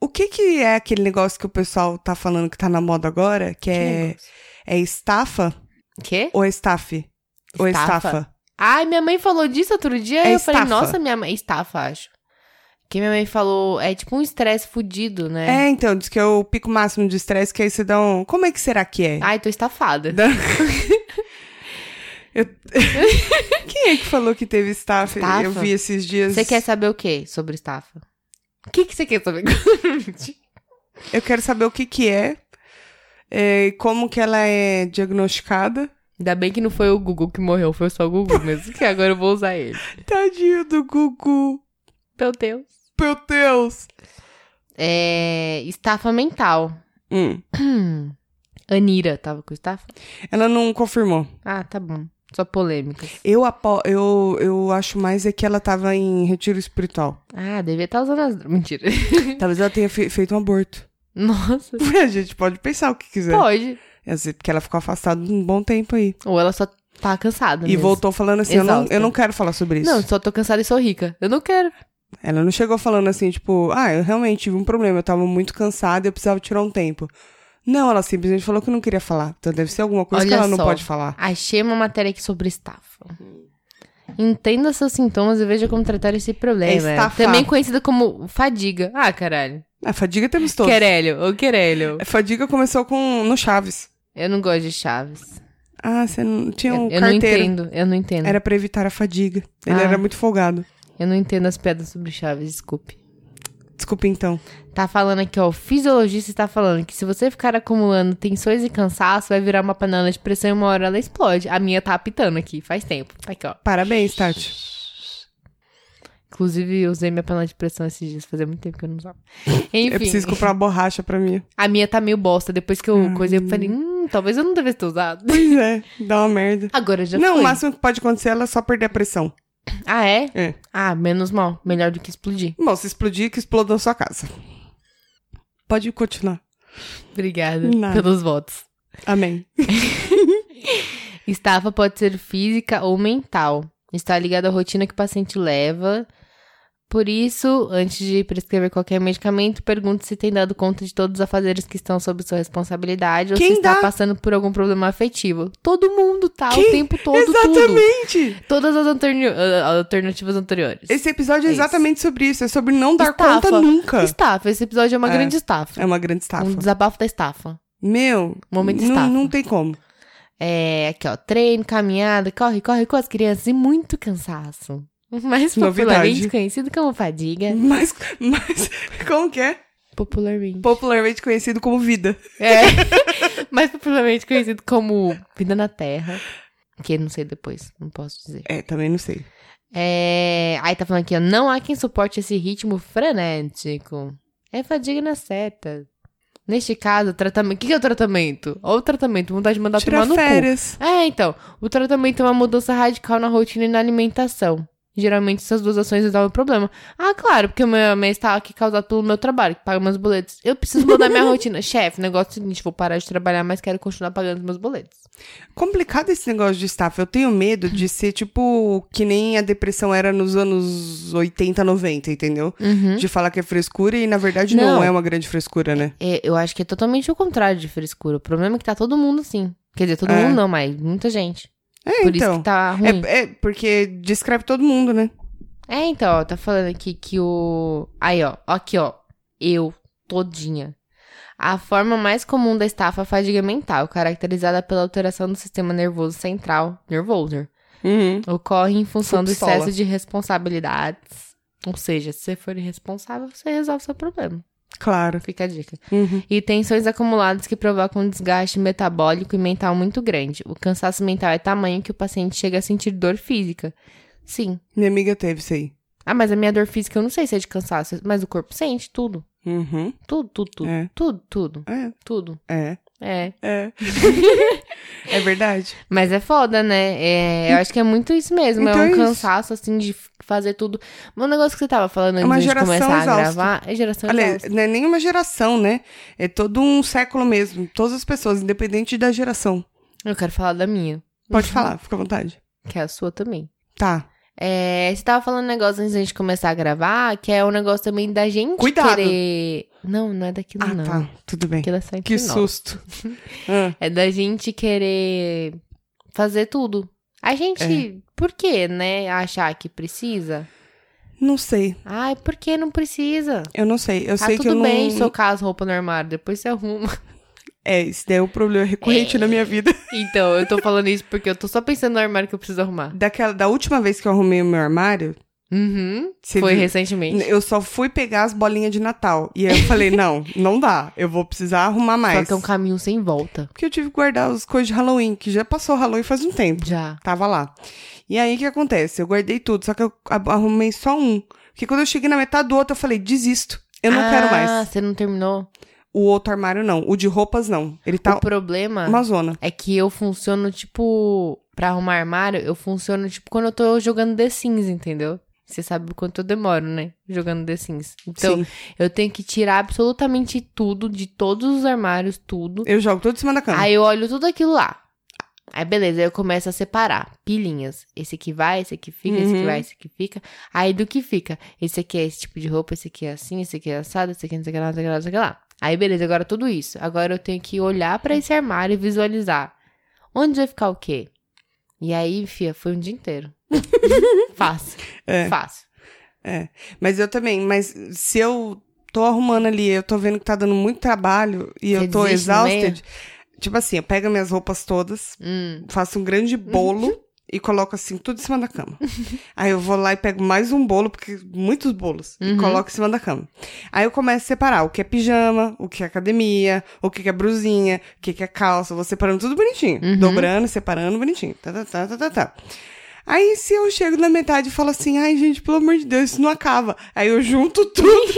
S2: o que que é aquele negócio que o pessoal tá falando que tá na moda agora? Que é, é estafa
S1: Quê?
S2: ou é staff? Ou é
S1: Estafa?
S2: estafa?
S1: Ai, minha mãe falou disso outro dia
S2: É
S1: e eu
S2: estafa.
S1: falei, nossa, minha mãe. Estafa, acho. Que minha mãe falou, é tipo um estresse fudido, né?
S2: É, então, diz que é o pico máximo de estresse, que aí você dá um. Como é que será que é?
S1: Ai, tô estafada.
S2: Da- Eu- Quem é que falou que teve staff?
S1: Estafa?
S2: Eu vi esses dias.
S1: Você quer saber o que sobre estafa? O que, que você quer saber?
S2: Eu quero saber o que que é, é, como que ela é diagnosticada.
S1: Ainda bem que não foi o Google que morreu, foi só o Google mesmo, que agora eu vou usar ele.
S2: Tadinho do Gugu.
S1: Meu Deus.
S2: Meu Deus.
S1: É. Estafa mental.
S2: Hum,
S1: Anira tava com estafa?
S2: ela não confirmou.
S1: Ah, tá bom. Só polêmicas.
S2: Eu, apo... eu, eu acho mais é que ela tava em retiro espiritual.
S1: Ah, devia estar usando as. Mentira.
S2: Talvez ela tenha fe- feito um aborto.
S1: Nossa.
S2: A gente pode pensar o que quiser.
S1: Pode.
S2: Às vezes, Porque ela ficou afastada um bom tempo aí.
S1: Ou ela só tá cansada.
S2: E
S1: mesmo.
S2: voltou falando assim, eu não,
S1: Exausta.
S2: eu não quero falar sobre isso.
S1: Não, só tô cansada e sou rica. Eu não quero.
S2: Ela não chegou falando assim, tipo, ah, eu realmente tive um problema, eu tava muito cansada e eu precisava tirar um tempo. Não, ela simplesmente falou que não queria falar. Então deve ser alguma coisa que
S1: Olha
S2: ela não
S1: só.
S2: pode falar.
S1: Achei uma matéria aqui sobre estafa. Entenda seus sintomas e veja como tratar esse
S2: É
S1: problema.
S2: estafar.
S1: Também conhecida como fadiga. Ah, caralho.
S2: A fadiga temos todos.
S1: Querelho, ou querelho.
S2: A fadiga começou com no Chaves.
S1: Eu não gosto de Chaves.
S2: Ah, você não tinha um
S1: eu eu não
S2: carteiro.
S1: entendo, eu não entendo.
S2: era pra evitar a fadiga. Ele
S1: Ah.
S2: era muito folgado.
S1: Eu não entendo as piadas sobre Chaves, desculpe.
S2: Desculpa então.
S1: Tá falando aqui, ó, o fisiologista está falando que se você ficar acumulando tensões e cansaço, vai virar uma panela de pressão e uma hora ela explode. A minha tá apitando aqui, faz tempo. Tá Aqui, ó.
S2: Parabéns, Tati.
S1: Inclusive, eu usei minha panela de pressão esses dias, fazia muito tempo que eu não usava. Enfim,
S2: Eu É preciso comprar uma borracha pra mim.
S1: a minha tá meio bosta. Depois que eu coisei, eu falei, hum, talvez eu não devesse ter usado.
S2: Pois é, dá uma merda.
S1: Agora já
S2: não,
S1: foi.
S2: o máximo que pode acontecer é ela só perder a pressão.
S1: Ah, é?
S2: É.
S1: Ah, menos mal. Melhor do que explodir.
S2: Bom, se explodir, que explodou a sua casa. Pode continuar.
S1: Obrigada
S2: Nada.
S1: pelos votos.
S2: Amém.
S1: Estafa pode ser física ou mental. Está ligada à rotina que o paciente leva. Por isso, antes de prescrever qualquer medicamento, pergunte se tem dado conta de todos os afazeres que estão sob sua responsabilidade ou
S2: Quem
S1: se está
S2: dá?
S1: passando por algum problema afetivo. Todo mundo tá o
S2: Quem?
S1: tempo todo, tudo.
S2: exatamente!
S1: Todas as alterni- ah, alternativas anteriores.
S2: Esse episódio é
S1: É isso.
S2: exatamente sobre isso. É sobre não dar
S1: Estafa.
S2: conta nunca.
S1: Estafa. Esse episódio é uma
S2: um É.
S1: grande estafa.
S2: É uma grande estafa.
S1: Um desabafo da estafa. Um
S2: Meu,
S1: Momento
S2: não-
S1: estafa.
S2: não tem como.
S1: É, aqui ó, treino, caminhada, corre, corre com as crianças e muito cansaço. Mais
S2: Novidade.
S1: popularmente conhecido como fadiga.
S2: Mas, mas como que é?
S1: Popularmente.
S2: Popularmente conhecido como vida.
S1: É. Mais popularmente conhecido como vida na terra. Que não sei depois, não posso dizer.
S2: É, também não sei.
S1: É, aí tá falando aqui, ó, não há quem suporte esse ritmo frenético. É fadiga na seta. Neste caso, tratamento. O que, que é o tratamento? Olha o tratamento, vontade de mandar tomar
S2: Tirar
S1: no cu.
S2: férias.
S1: É, então, o tratamento é uma mudança radical na rotina e na alimentação. Geralmente essas duas ações resolvem o problema. Ah, claro, porque o meu mês tá aqui causado pelo meu trabalho, que paga meus boletos. Eu preciso mudar minha rotina. Chefe, negócio é o seguinte, vou parar de trabalhar, mas quero continuar pagando os meus boletos.
S2: Complicado esse negócio de estafa. Eu tenho medo de ser tipo que nem a depressão era nos anos 80, 90, entendeu?
S1: Uhum.
S2: De falar que é frescura e na verdade não,
S1: Não.
S2: é uma grande frescura, né?
S1: É, eu acho que é totalmente o contrário de frescura. O problema é que tá todo mundo assim. Quer dizer, todo
S2: É.
S1: mundo não, mas muita gente.
S2: É,
S1: Por isso
S2: então.
S1: que tá ruim.
S2: É, é, porque descreve todo mundo, né?
S1: É, então, ó, tá falando aqui que o. Aí, ó, aqui, ó. Eu, todinha. A forma mais comum da estafa é a fadiga mental, caracterizada pela alteração do sistema nervoso central, nervoso,
S2: Uhum.
S1: ocorre em função
S2: Subsola.
S1: do excesso de responsabilidades. Ou seja, se você for irresponsável, você resolve seu problema.
S2: Claro.
S1: Fica a dica.
S2: Uhum.
S1: E tensões acumuladas que provocam um desgaste metabólico e mental muito grande. O cansaço mental é tamanho que o paciente chega a sentir dor física. Sim,
S2: Minha amiga teve isso aí.
S1: ah, mas a minha dor física eu não sei se é de cansaço, mas o corpo sente tudo.
S2: Uhum.
S1: Tudo, tudo, tudo.
S2: É.
S1: Tudo, tudo,
S2: É,
S1: tudo.
S2: é,
S1: É.
S2: é. é verdade.
S1: Mas é foda, né? É, eu acho que é muito isso mesmo.
S2: Então
S1: é
S2: é
S1: um
S2: isso.
S1: cansaço, assim, de f- fazer tudo. Mas o negócio que você tava falando antes
S2: uma
S1: de
S2: geração
S1: começar a
S2: exausta.
S1: gravar é geração
S2: Aliás,
S1: exausta.
S2: não é nenhuma geração, né? É todo um século mesmo. Todas as pessoas, independente da geração.
S1: Eu quero falar da minha,
S2: Pode falar, fica à vontade.
S1: que é a sua também.
S2: Tá.
S1: É, você tava falando um negócio antes da gente começar a gravar, que é um negócio também da gente
S2: Cuidado.
S1: querer. Não, não é daquilo,
S2: Ah,
S1: não.
S2: tá. Tudo bem.
S1: Aquilo é só entre
S2: Que
S1: nós.
S2: susto. Ah,
S1: É da gente querer fazer tudo. A gente,
S2: É.
S1: por que, né? Achar que precisa?
S2: não sei.
S1: Ai, por que não precisa?
S2: Eu não sei. Eu
S1: tá
S2: sei que eu
S1: tudo
S2: não.
S1: bem socar as roupas no armário, depois você arruma.
S2: É, isso daí é um problema recorrente
S1: É.
S2: na minha vida.
S1: Então, eu tô falando isso porque eu tô só pensando no armário que eu preciso arrumar.
S2: Daquela, da última vez que eu arrumei o meu armário,
S1: Uhum.
S2: Você
S1: Foi
S2: viu?
S1: recentemente.
S2: eu só fui pegar as bolinhas de Natal. E aí eu falei, não, não dá. Eu vou precisar arrumar
S1: Só
S2: mais.
S1: que é um caminho sem volta.
S2: Porque eu tive que guardar as coisas de Halloween, que já passou Halloween faz um tempo.
S1: Já.
S2: Tava lá. E aí, o que acontece? Eu guardei tudo, só que eu a- arrumei só um. Porque quando eu cheguei na metade do outro, eu falei, desisto. Eu não
S1: ah,
S2: quero mais.
S1: você não terminou?
S2: O outro armário, não. O de roupas, não. Ele tá
S1: O problema
S2: uma zona.
S1: é que eu funciono, tipo, pra arrumar armário, eu funciono, tipo, quando eu tô jogando The Sims, entendeu? Você sabe o quanto eu demoro, né? Jogando The Sims. Então,
S2: Sim.
S1: Eu tenho que tirar absolutamente tudo de todos os armários, tudo.
S2: Eu jogo tudo em cima da cama.
S1: Aí eu olho tudo aquilo lá. Aí beleza, aí eu começo a separar pilhinhas. Esse aqui vai, esse aqui fica, esse
S2: Uhum.
S1: aqui vai, esse aqui fica. Aí do que fica? Esse aqui é esse tipo de roupa, esse aqui é assim, esse aqui é assado, esse aqui não sei o que lá, não sei o que lá, não sei o que lá. Aí beleza, agora tudo isso. Agora eu tenho que olhar pra esse armário e visualizar. Onde vai ficar o quê? E aí, fia, foi um dia inteiro. fácil.
S2: É.
S1: Fácil.
S2: Mas eu também, mas se eu tô arrumando ali, eu tô vendo que tá dando muito trabalho e
S1: Você
S2: eu tô
S1: desiste no meio?
S2: exausted. Tipo assim, eu pego minhas roupas todas,
S1: Hum.
S2: faço um grande bolo e coloco assim tudo em cima da cama. Aí eu vou lá e pego mais um bolo, porque muitos bolos, e
S1: Uhum.
S2: coloco em cima da cama. Aí eu começo a separar o que é pijama, o que é academia, o que é brusinha, o que é calça, vou separando tudo bonitinho,
S1: Uhum.
S2: dobrando, separando bonitinho. Tá, tá, tá, tá, tá, tá. Aí se eu chego na metade e falo assim, ai gente, pelo amor de Deus, isso não acaba. Aí eu junto tudo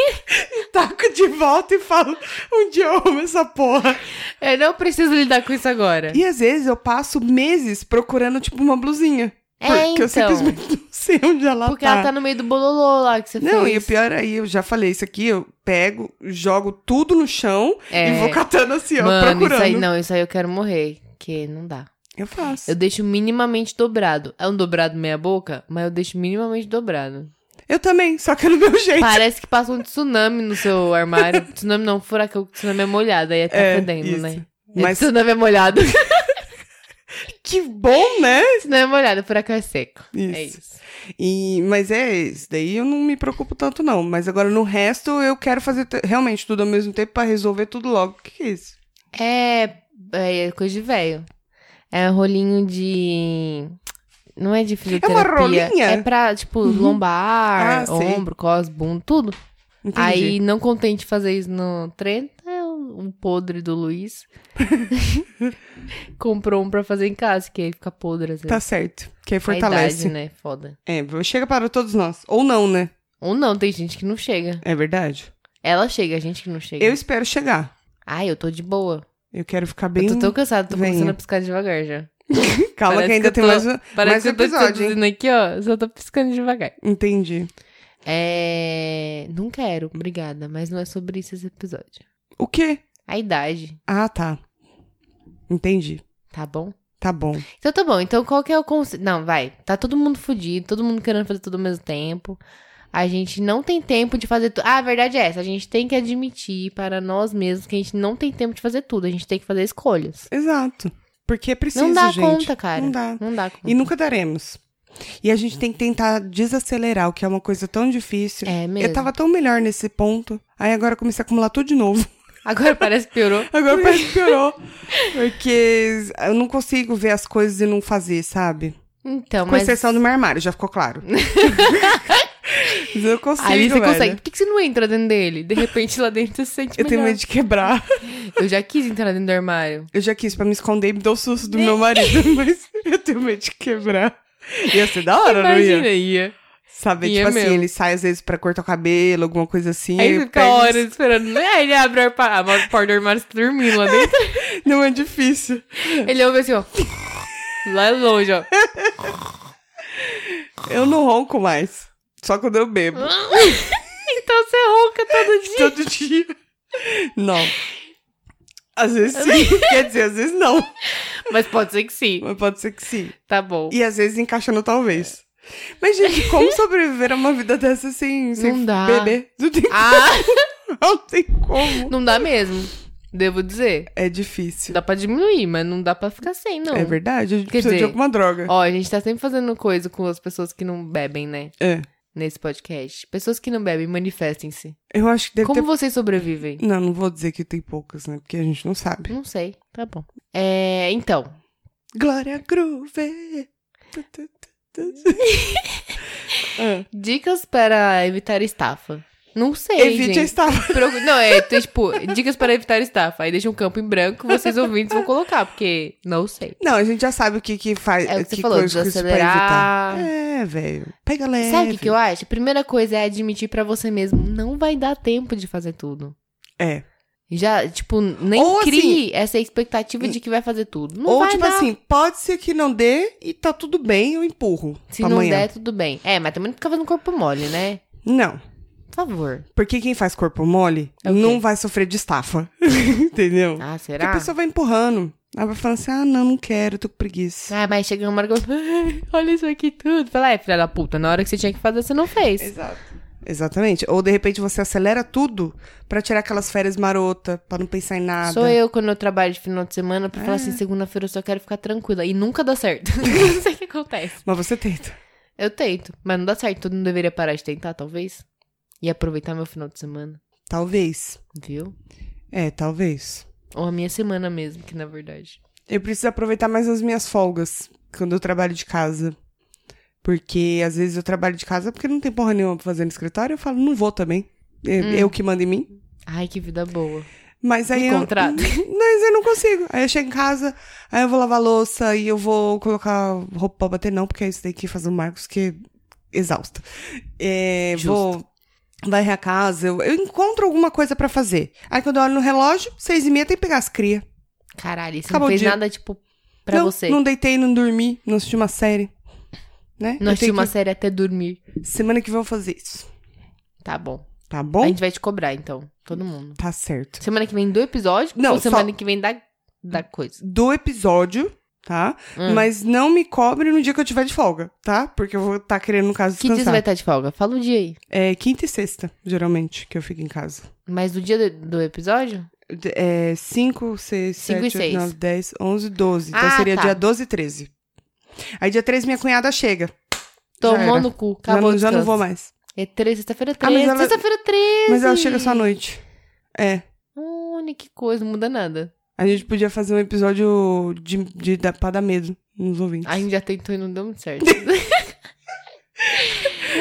S2: e taco de volta e falo, um dia eu amo essa porra.
S1: Eu não preciso lidar com isso agora.
S2: E às vezes eu passo meses procurando, tipo, uma blusinha.
S1: É,
S2: porque
S1: então.
S2: eu simplesmente não sei onde ela
S1: Porque
S2: tá.
S1: ela tá no meio do bololô lá que você
S2: Não, e o
S1: fez.
S2: pior aí, eu já falei isso aqui, eu pego, jogo tudo no chão
S1: É.
S2: e vou catando assim, ó,
S1: Mano,
S2: procurando.
S1: isso aí não, isso aí eu quero morrer. Que não dá.
S2: Eu faço.
S1: Eu
S2: Eu...
S1: deixo minimamente dobrado. É um dobrado meia boca, mas eu deixo minimamente dobrado.
S2: também, só que é do meu jeito.
S1: Parece que passa um tsunami no seu armário. tsunami não, furacão. Tsunami é molhado, aí tá
S2: É,
S1: fedendo,
S2: isso.
S1: né?
S2: Mas
S1: Tsunami é molhado.
S2: que bom, né?
S1: tsunami é molhado, furacão é seco.
S2: Isso.
S1: É isso.
S2: E, mas é isso daí, eu não me preocupo tanto não. Mas agora no resto eu quero fazer t- realmente tudo ao mesmo tempo pra resolver tudo logo. O que, que é isso?
S1: É, é coisa de velho. É um rolinho de. Não é de fisioterapia.
S2: rolinha? Uhum.
S1: É pra, tipo, lombar,
S2: Ah, sei.
S1: ombro, cos, bunda, tudo.
S2: Entendi.
S1: Aí, não contente de fazer isso no trem, é um, um podre do Luiz. Comprou um pra fazer em casa, que aí fica podre. Às vezes.
S2: Tá certo. Que aí
S1: A
S2: fortalece.
S1: idade, né? Foda.
S2: É, chega para todos nós. Ou não, né?
S1: Ou não, tem gente que não chega.
S2: É verdade.
S1: Ela chega, a gente que não chega.
S2: Eu espero chegar.
S1: Ai, eu tô de boa.
S2: Eu quero ficar bem.
S1: Eu tô tão cansada, tô
S2: venha.
S1: começando a piscar devagar já.
S2: Calma
S1: Parece
S2: que ainda
S1: que eu
S2: tem
S1: tô-
S2: mais um.
S1: Parece
S2: Mais
S1: que eu tô
S2: episódio, hein?
S1: traduzindo aqui, ó. Só tô piscando devagar.
S2: Entendi.
S1: É. Não quero, obrigada. Mas não é sobre isso esse episódio.
S2: O quê?
S1: A idade,
S2: Ah, tá. Entendi.
S1: tá bom?
S2: Tá bom.
S1: Então tá bom. Então qual que é o conselho? Não, vai. Tá todo mundo fudido, todo mundo querendo fazer tudo ao mesmo tempo. A gente não tem tempo de fazer tudo. Ah, a verdade é essa. A gente tem que admitir para nós mesmos que a gente não tem tempo de fazer tudo. A gente tem que fazer escolhas.
S2: Exato. Porque é preciso,
S1: Não dá
S2: gente.
S1: conta, cara.
S2: Não dá.
S1: Não dá conta.
S2: E nunca daremos. E a gente tem que tentar desacelerar, o que é uma coisa tão difícil.
S1: É mesmo.
S2: Eu tava tão melhor nesse ponto. Aí agora eu comecei a acumular tudo de novo.
S1: Agora parece que piorou.
S2: Agora parece que piorou. Porque eu não consigo ver as coisas e não fazer, sabe?
S1: Então,
S2: Com
S1: mas.
S2: exceção do meu armário, já ficou claro. Mas eu consigo,
S1: Aí você
S2: velho.
S1: consegue. Por que que você não entra dentro dele? De repente lá dentro você se sente
S2: Eu tenho
S1: melhor.
S2: medo de quebrar.
S1: Eu já quis entrar dentro do armário.
S2: Eu já quis pra me esconder e me deu susto do meu marido, mas eu tenho medo de quebrar. Ia ser da hora, não
S1: Imagina,
S2: ia?
S1: ia.
S2: Sabe,
S1: Ia
S2: tipo assim,
S1: mesmo.
S2: ele sai às vezes pra cortar o cabelo, alguma coisa assim.
S1: Aí
S2: eu
S1: você fica
S2: pego-
S1: horas esperando. né? Aí ele abre a porta, a porta do armário você tá dormindo lá dentro.
S2: Não é difícil.
S1: Ele ouve assim, ó. Lá longe, ó.
S2: Eu não ronco mais. Só quando eu bebo.
S1: Então você ronca todo dia.
S2: Todo dia. Não. Às vezes sim. Quer dizer, às vezes não.
S1: Mas pode ser que sim.
S2: Mas pode ser que sim.
S1: Tá bom.
S2: E às vezes encaixa no talvez. Mas, gente, como sobreviver a uma vida dessa sem, sem
S1: Não dá.
S2: beber? Não tem,
S1: Ah,
S2: não tem como.
S1: não dá mesmo. Devo dizer.
S2: É difícil.
S1: Dá pra diminuir, mas não dá pra ficar sem, não.
S2: É verdade, a gente
S1: Quer
S2: precisa de
S1: dizer,
S2: alguma droga.
S1: Ó, a gente tá sempre fazendo coisa com as pessoas que não bebem, né?
S2: É.
S1: Nesse podcast. Pessoas que não bebem, manifestem-se.
S2: Eu acho que deve
S1: Como
S2: ter.
S1: vocês sobrevivem?
S2: Não, não vou dizer que tem poucas, né? Porque a gente não sabe.
S1: Não sei. Tá bom. É, então.
S2: Glória Groove! Ah.
S1: Dicas para evitar estafa. Não sei,
S2: Evite
S1: gente.
S2: a estafa.
S1: Procu- Não, é, tem, tipo, dicas para evitar estafa. Aí deixa um campo em branco, vocês ouvintes vão colocar, porque não sei.
S2: Não, a gente já sabe o que, que faz.
S1: É o que você
S2: que
S1: falou,
S2: coisa que isso pra evitar.
S1: desacelerar.
S2: É, velho. Pega leve.
S1: Sabe o que, que eu acho? A primeira coisa é admitir pra você mesmo, não vai dar tempo de fazer tudo.
S2: É.
S1: Já, tipo, nem
S2: Ou assim,
S1: crie essa expectativa de que vai fazer tudo. Não
S2: Ou,
S1: vai
S2: tipo
S1: dar.
S2: assim, pode ser que não dê e tá tudo bem, eu empurro.
S1: se
S2: pra
S1: não
S2: amanhã.
S1: der, tudo bem. É, mas também não fica fazendo corpo mole, né?
S2: Não.
S1: Por favor.
S2: Porque quem faz corpo mole
S1: É o quê?
S2: não vai sofrer de estafa. Entendeu?
S1: Ah,
S2: Porque
S1: será?
S2: a pessoa vai empurrando. Ela vai falando assim: ah, não, não quero, tô com preguiça.
S1: Ah, mas chega uma hora que eu... Olha isso aqui tudo. Fala, é, filha da puta, na hora que você tinha que fazer, você não fez.
S2: Exato. Exatamente. Ou de repente você acelera tudo pra tirar aquelas férias marota, pra não pensar em nada. Ah.
S1: Sou eu quando eu trabalho de final de semana pra falar assim, segunda-feira eu só quero ficar tranquila. E nunca dá certo. não sei o que acontece.
S2: Mas você tenta.
S1: Eu tento, mas não dá certo. Todo mundo deveria parar de tentar, talvez. E aproveitar meu final de semana,
S2: Talvez.
S1: viu?
S2: É, talvez.
S1: Ou a minha semana mesmo, que na verdade.
S2: Eu preciso aproveitar mais as minhas folgas quando eu trabalho de casa. Porque às vezes eu trabalho de casa porque não tem porra nenhuma pra fazer no escritório. Eu falo, não vou também. É, Eu que mando em mim.
S1: Ai, que vida boa.
S2: Mas aí
S1: Hum. Me
S2: eu,
S1: contrata.
S2: Mas eu não consigo. Aí eu chego em casa, aí eu vou lavar louça e eu vou colocar roupa pra bater, não, porque é isso daí que faz o Marcos que exausta. É,
S1: Justo.
S2: vou varrer a casa, eu, eu encontro alguma coisa pra fazer. Aí quando eu olho no relógio, seis e meia tem que pegar as cria.
S1: Caralho, você
S2: Acabou
S1: não
S2: o
S1: fez
S2: dia.
S1: nada, tipo, pra
S2: não,
S1: você.
S2: Não deitei, não dormi, não assisti uma série.
S1: Nós
S2: Né? Eu tenho
S1: tínhamos uma série até dormir.
S2: que- Semana que vem eu vou fazer isso.
S1: Tá bom.
S2: Tá
S1: A
S2: bom?
S1: gente vai te cobrar, então. Todo mundo.
S2: Tá certo.
S1: Semana que vem do episódio
S2: Não,
S1: ou
S2: só-
S1: semana que vem da, da coisa?
S2: Do episódio, tá?
S1: Hum.
S2: Mas não me cobre no dia que eu tiver de folga, tá? Porque eu vou estar querendo, no caso,
S1: Que dia você
S2: descansar.
S1: vai estar de folga? Fala o dia aí.
S2: É quinta e sexta, geralmente, que eu fico em casa.
S1: Mas o dia do, do episódio?
S2: D- É 5, 6,
S1: Cinco e
S2: 7, 8,
S1: seis.
S2: 9, 10, 11, 12. Então
S1: Ah,
S2: seria
S1: tá.
S2: dia 12 e 13. Aí dia 13 minha cunhada chega.
S1: Tomou
S2: era.
S1: no cu.
S2: Já
S1: Acabou
S2: não,
S1: o
S2: já não
S1: descanso.
S2: vou mais.
S1: É três, sexta-feira
S2: Ah, mas
S1: 13.
S2: ela-
S1: Sexta-feira 13.
S2: Mas ela chega só à noite. É.
S1: Olha que coisa, não muda nada.
S2: A gente podia fazer um episódio de, de, da- pra dar medo nos ouvintes.
S1: A gente já tentou e não deu muito certo.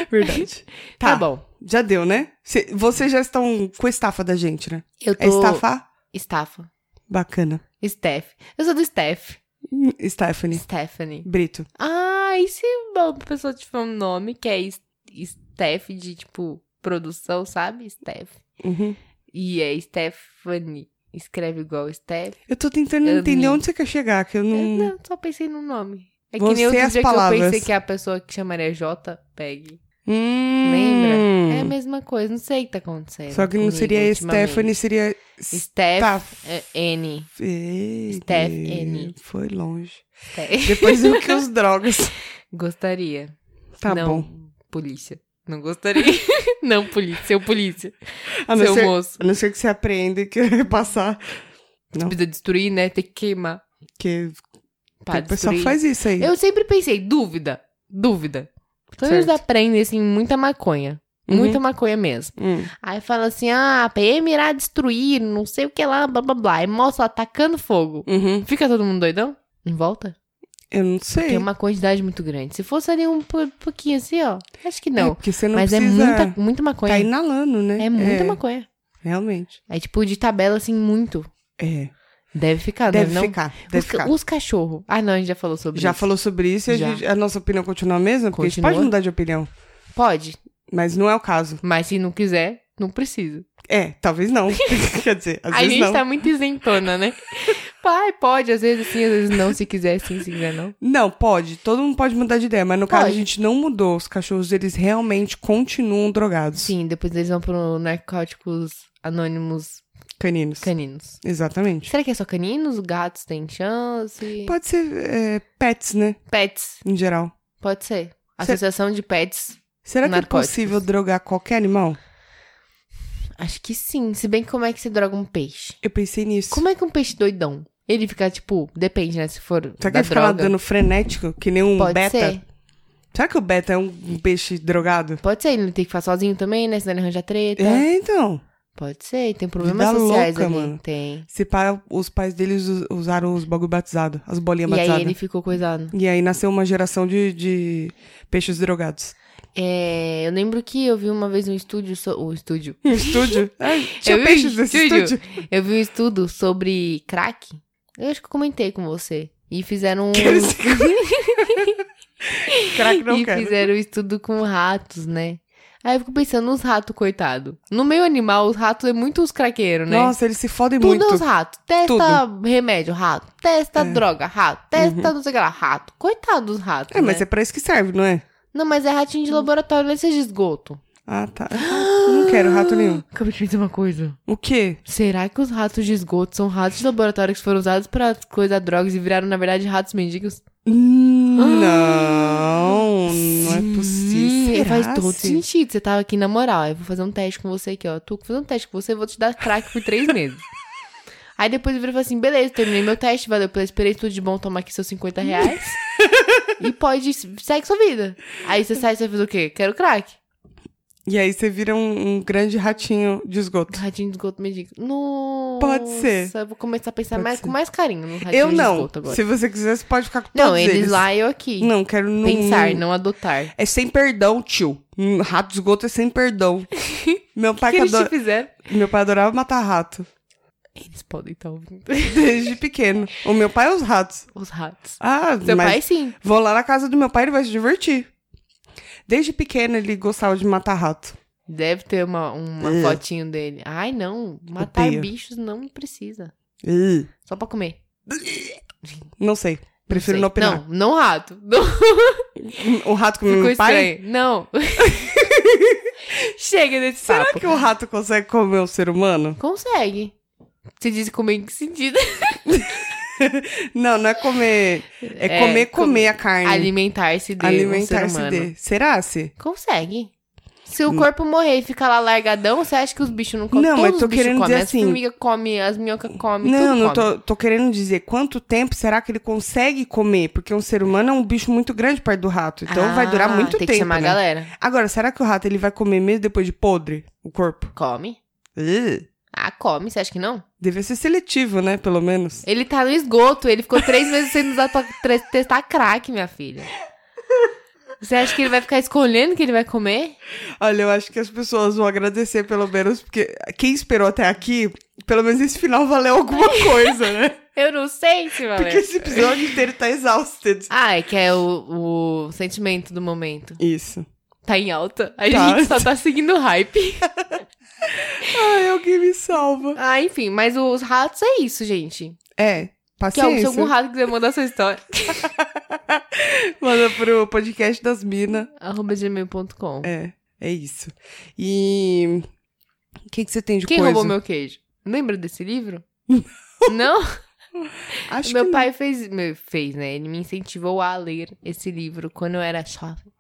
S2: Verdade.
S1: tá.
S2: tá, bom.
S1: bom.
S2: Já deu, né? Cê- vocês já estão com estafa da gente, né?
S1: Eu tô.
S2: É estafar?
S1: Estafa.
S2: Bacana.
S1: Steph. Eu sou do Steph.
S2: Hum, Stephanie.
S1: Stephanie.
S2: Brito.
S1: Ah, e se uma pessoa tiver um nome que é es- Steph de, tipo, produção, sabe? Steph.
S2: Uhum.
S1: E é Stephanie. Escreve igual Steph.
S2: Eu tô tentando
S1: Eu
S2: entender
S1: não-
S2: onde você quer chegar, que eu
S1: Eu
S2: não.
S1: não, só pensei no nome. É que
S2: Você
S1: nem
S2: e
S1: outro
S2: as
S1: dia
S2: palavras.
S1: que eu pensei que a pessoa que chamaria J, pegue.
S2: Hum.
S1: Lembra? É a mesma coisa, não sei o que tá acontecendo.
S2: Só que não
S1: comigo
S2: seria
S1: ultimamente.
S2: Stephanie, seria
S1: Steph.
S2: Staff.
S1: é, N.
S2: Ei,
S1: Stephanie.
S2: Foi longe.
S1: Steph.
S2: Depois do que os drogas.
S1: Gostaria.
S2: Tá
S1: não,
S2: bom.
S1: polícia. Não gostaria. não, polícia. Seu polícia.
S2: A não,
S1: seu
S2: ser,
S1: moço.
S2: a não ser que Ah, você aprenda e queira passar. Não.
S1: Precisa destruir, né? Tem que queimar.
S2: Porque
S1: Pra
S2: o pessoal
S1: destruir.
S2: faz isso aí.
S1: Eu sempre pensei, dúvida. Dúvida. Todos eles
S2: Certo.
S1: aprendem, assim, muita maconha.
S2: Uhum.
S1: Muita maconha mesmo.
S2: Hum.
S1: Aí fala assim, ah, a PM irá destruir, não sei o que lá, blá blá blá. E mostra ela atacando fogo.
S2: Uhum.
S1: Fica todo mundo doidão? Em volta?
S2: Eu não sei.
S1: Tem uma quantidade muito grande. Se fosse ali um po- pouquinho assim, ó, acho que
S2: É
S1: não.
S2: porque você não
S1: Mas é
S2: precisa...
S1: muita, muita maconha.
S2: Tá inalando, né?
S1: É muita maconha.
S2: Realmente.
S1: É tipo de tabela, assim, muito.
S2: É.
S1: Deve ficar,
S2: deve
S1: né? Não-
S2: ficar.
S1: os,
S2: Deve ficar.
S1: os cachorros. Ah, não, a gente já falou sobre
S2: Já
S1: isso.
S2: falou sobre isso e a,
S1: Já.
S2: gente- a nossa opinião continua a mesma? Porque a
S1: Continua.
S2: gente pode mudar de opinião.
S1: Pode,
S2: Mas não é o caso.
S1: mas se não quiser, não precisa.
S2: É, talvez não. Quer dizer, às
S1: a
S2: vezes
S1: gente
S2: não.
S1: tá muito isentona, né? Pai, pode, às vezes sim, às vezes não, se quiser sim, se quiser não.
S2: Não, pode. Todo mundo pode mudar de ideia, mas no caso a
S1: Pode.
S2: gente não mudou. Os cachorros, eles realmente continuam drogados.
S1: Sim, depois eles vão pro Narcóticos Anônimos
S2: Caninos.
S1: Caninos.
S2: Exatamente.
S1: Será que é só caninos? Gatos têm chance?
S2: Pode ser é, pets, né?
S1: Pets,
S2: Em geral.
S1: pode ser.
S2: Ser-
S1: Associação de pets,
S2: Será que
S1: Narcóticos.
S2: é possível drogar qualquer animal?
S1: acho que sim. Se bem que como é que você droga um peixe?
S2: Eu pensei nisso.
S1: Como é que um peixe doidão? Ele fica, tipo, depende, né? Se for
S2: Será que
S1: da
S2: ele fica lá
S1: droga.
S2: dando frenético, que nem um
S1: Pode
S2: beta?
S1: ser.
S2: Será que o beta é um um peixe drogado?
S1: Pode ser, ele não tem que ficar sozinho também, né? Senão ele arranja treta.
S2: É, então.
S1: Pode ser, tem problemas
S2: Vida
S1: sociais
S2: louca,
S1: ali.
S2: mano.
S1: Tem.
S2: Se pá, os pais deles us- usaram os bagulho batizado, as bolinhas
S1: E aí
S2: batizadas.
S1: ele ficou coisado.
S2: E aí nasceu uma geração de, de peixes drogados.
S1: É, eu lembro que eu vi uma vez um estúdio. So... O estúdio.
S2: Um estúdio. Ai, tinha
S1: Eu vi
S2: peixes nesse
S1: estúdio.
S2: estúdio.
S1: Eu vi um estudo sobre crack. Eu acho que eu comentei com você. E fizeram um.
S2: Crack não
S1: e
S2: quero.
S1: fizeram um estudo com ratos, né? Aí eu fico pensando nos ratos, coitado. No meio animal, os ratos é muito os craqueiros, né?
S2: Nossa, eles se fodem
S1: Tudo é
S2: muito. É.
S1: os ratos. Testa remédio, rato. Testa droga, rato. Testa não sei o que lá, rato. Coitado dos ratos.
S2: Uhum. É, mas Uhum.
S1: né?
S2: é pra isso que serve, não é?
S1: Não, mas é ratinho de laboratório, não é de esgoto.
S2: Ah, tá. Eu não quero rato nenhum.
S1: Acabei de pensar uma coisa.
S2: O quê?
S1: Será que os ratos de esgoto são ratos de laboratório que foram usados pra coisar drogas e viraram, na verdade, ratos mendigos?
S2: Não, não é possível.
S1: Sim, Ah, faz
S2: Será,
S1: todo
S2: Cis?
S1: sentido. Você tava aqui na moral. Eu vou fazer um teste com você aqui, ó. Tu vou fazer um teste com você, eu vou te dar crack por três meses. Aí depois vira e fala assim: beleza, terminei meu teste, valeu pela experiência, tudo de bom, toma aqui seus 50 reais. e pode, segue sua vida. Aí você sai e você faz o quê? Quero crack.
S2: E aí você vira um, um grande ratinho de esgoto.
S1: Ratinho de esgoto medíocre. Nossa,
S2: Pode ser.
S1: Eu vou começar a pensar
S2: Pode
S1: mais,
S2: ser.
S1: com mais carinho no ratinho
S2: Eu
S1: de
S2: não.
S1: esgoto agora.
S2: Se você quiser, você pode ficar com
S1: Não,
S2: todos
S1: eles,
S2: eles.
S1: lá e eu aqui.
S2: Não, quero não.
S1: Pensar, né? não adotar.
S2: É sem perdão, tio. Um rato de esgoto é sem perdão. Meu
S1: O
S2: pai,
S1: que
S2: que
S1: eles te
S2: adora-
S1: fizeram?
S2: meu pai adorava matar rato.
S1: Eles podem estar ouvindo.
S2: Desde pequeno. O meu pai é os ratos.
S1: Os ratos.
S2: Ah,
S1: Seu
S2: mas
S1: pai, sim.
S2: vou lá na casa do meu pai, ele vai se divertir. Desde pequeno ele gostava de matar rato.
S1: Deve ter uma, uma
S2: Ugh.
S1: fotinho dele. Ai, não. Matar
S2: É. Odeio.
S1: bichos não precisa.
S2: Ih,
S1: Só pra comer.
S2: Não sei. Prefiro não,
S1: Sei.
S2: opinar. Hum,
S1: Não, não rato. Não,
S2: O rato come
S1: ficou
S2: meu pai?
S1: estranho. Não. Chega desse
S2: Será
S1: papo.
S2: que o rato consegue comer o ser humano?
S1: Consegue. Você diz comer em que sentido?
S2: Não, não é comer. É, comer, comer a carne.
S1: Alimentar-se de um ser
S2: É. Alimentar-se
S1: humano.
S2: de. Será se?
S1: Consegue. Se o corpo morrer e ficar lá largadão, você acha que os bichos não comem?
S2: Não,
S1: Todos
S2: mas tô
S1: os bichos
S2: querendo
S1: comem.
S2: dizer
S1: As
S2: assim-
S1: formigas comem, as minhocas comem,
S2: Não,
S1: tudo
S2: não
S1: come.
S2: tô, tô querendo dizer quanto tempo será que ele consegue comer? Porque um ser humano é um bicho muito grande perto do rato. Então vai durar
S1: Ah,
S2: muito
S1: tem
S2: tempo.
S1: que chamar
S2: né?
S1: a galera.
S2: Agora, será que o rato ele vai comer mesmo depois de podre o corpo?
S1: Come.
S2: Ih,
S1: Ah, come, você acha que não?
S2: Devia ser seletivo, né? Pelo menos.
S1: Ele tá no esgoto, ele ficou três meses sendo usado pra tre- testar crack, minha filha. Você acha que ele vai ficar escolhendo o que ele vai comer?
S2: Olha, eu acho que as pessoas vão agradecer, pelo menos, porque quem esperou até aqui, pelo menos esse final valeu alguma coisa, né?
S1: Eu não sei se
S2: Porque
S1: valeu.
S2: esse episódio inteiro tá exausted.
S1: Ah, é que é o, o sentimento do momento.
S2: Isso.
S1: Tá em alta. A
S2: Tá.
S1: gente só tá seguindo o hype.
S2: Ai, alguém me salva.
S1: Ah, enfim, mas os ratos é isso, gente. Que
S2: É,
S1: é, se
S2: paciência.
S1: algum rato quiser mandar sua história,
S2: Manda pro podcast das minas.
S1: arroba gmail.com.
S2: É, é isso. E... O que, que você tem de
S1: Quem
S2: coisa?
S1: roubou meu queijo? Lembra desse livro? Não?
S2: Acho
S1: meu
S2: que
S1: pai fez, meu- fez, né? Ele me incentivou a ler esse livro quando eu era jovem.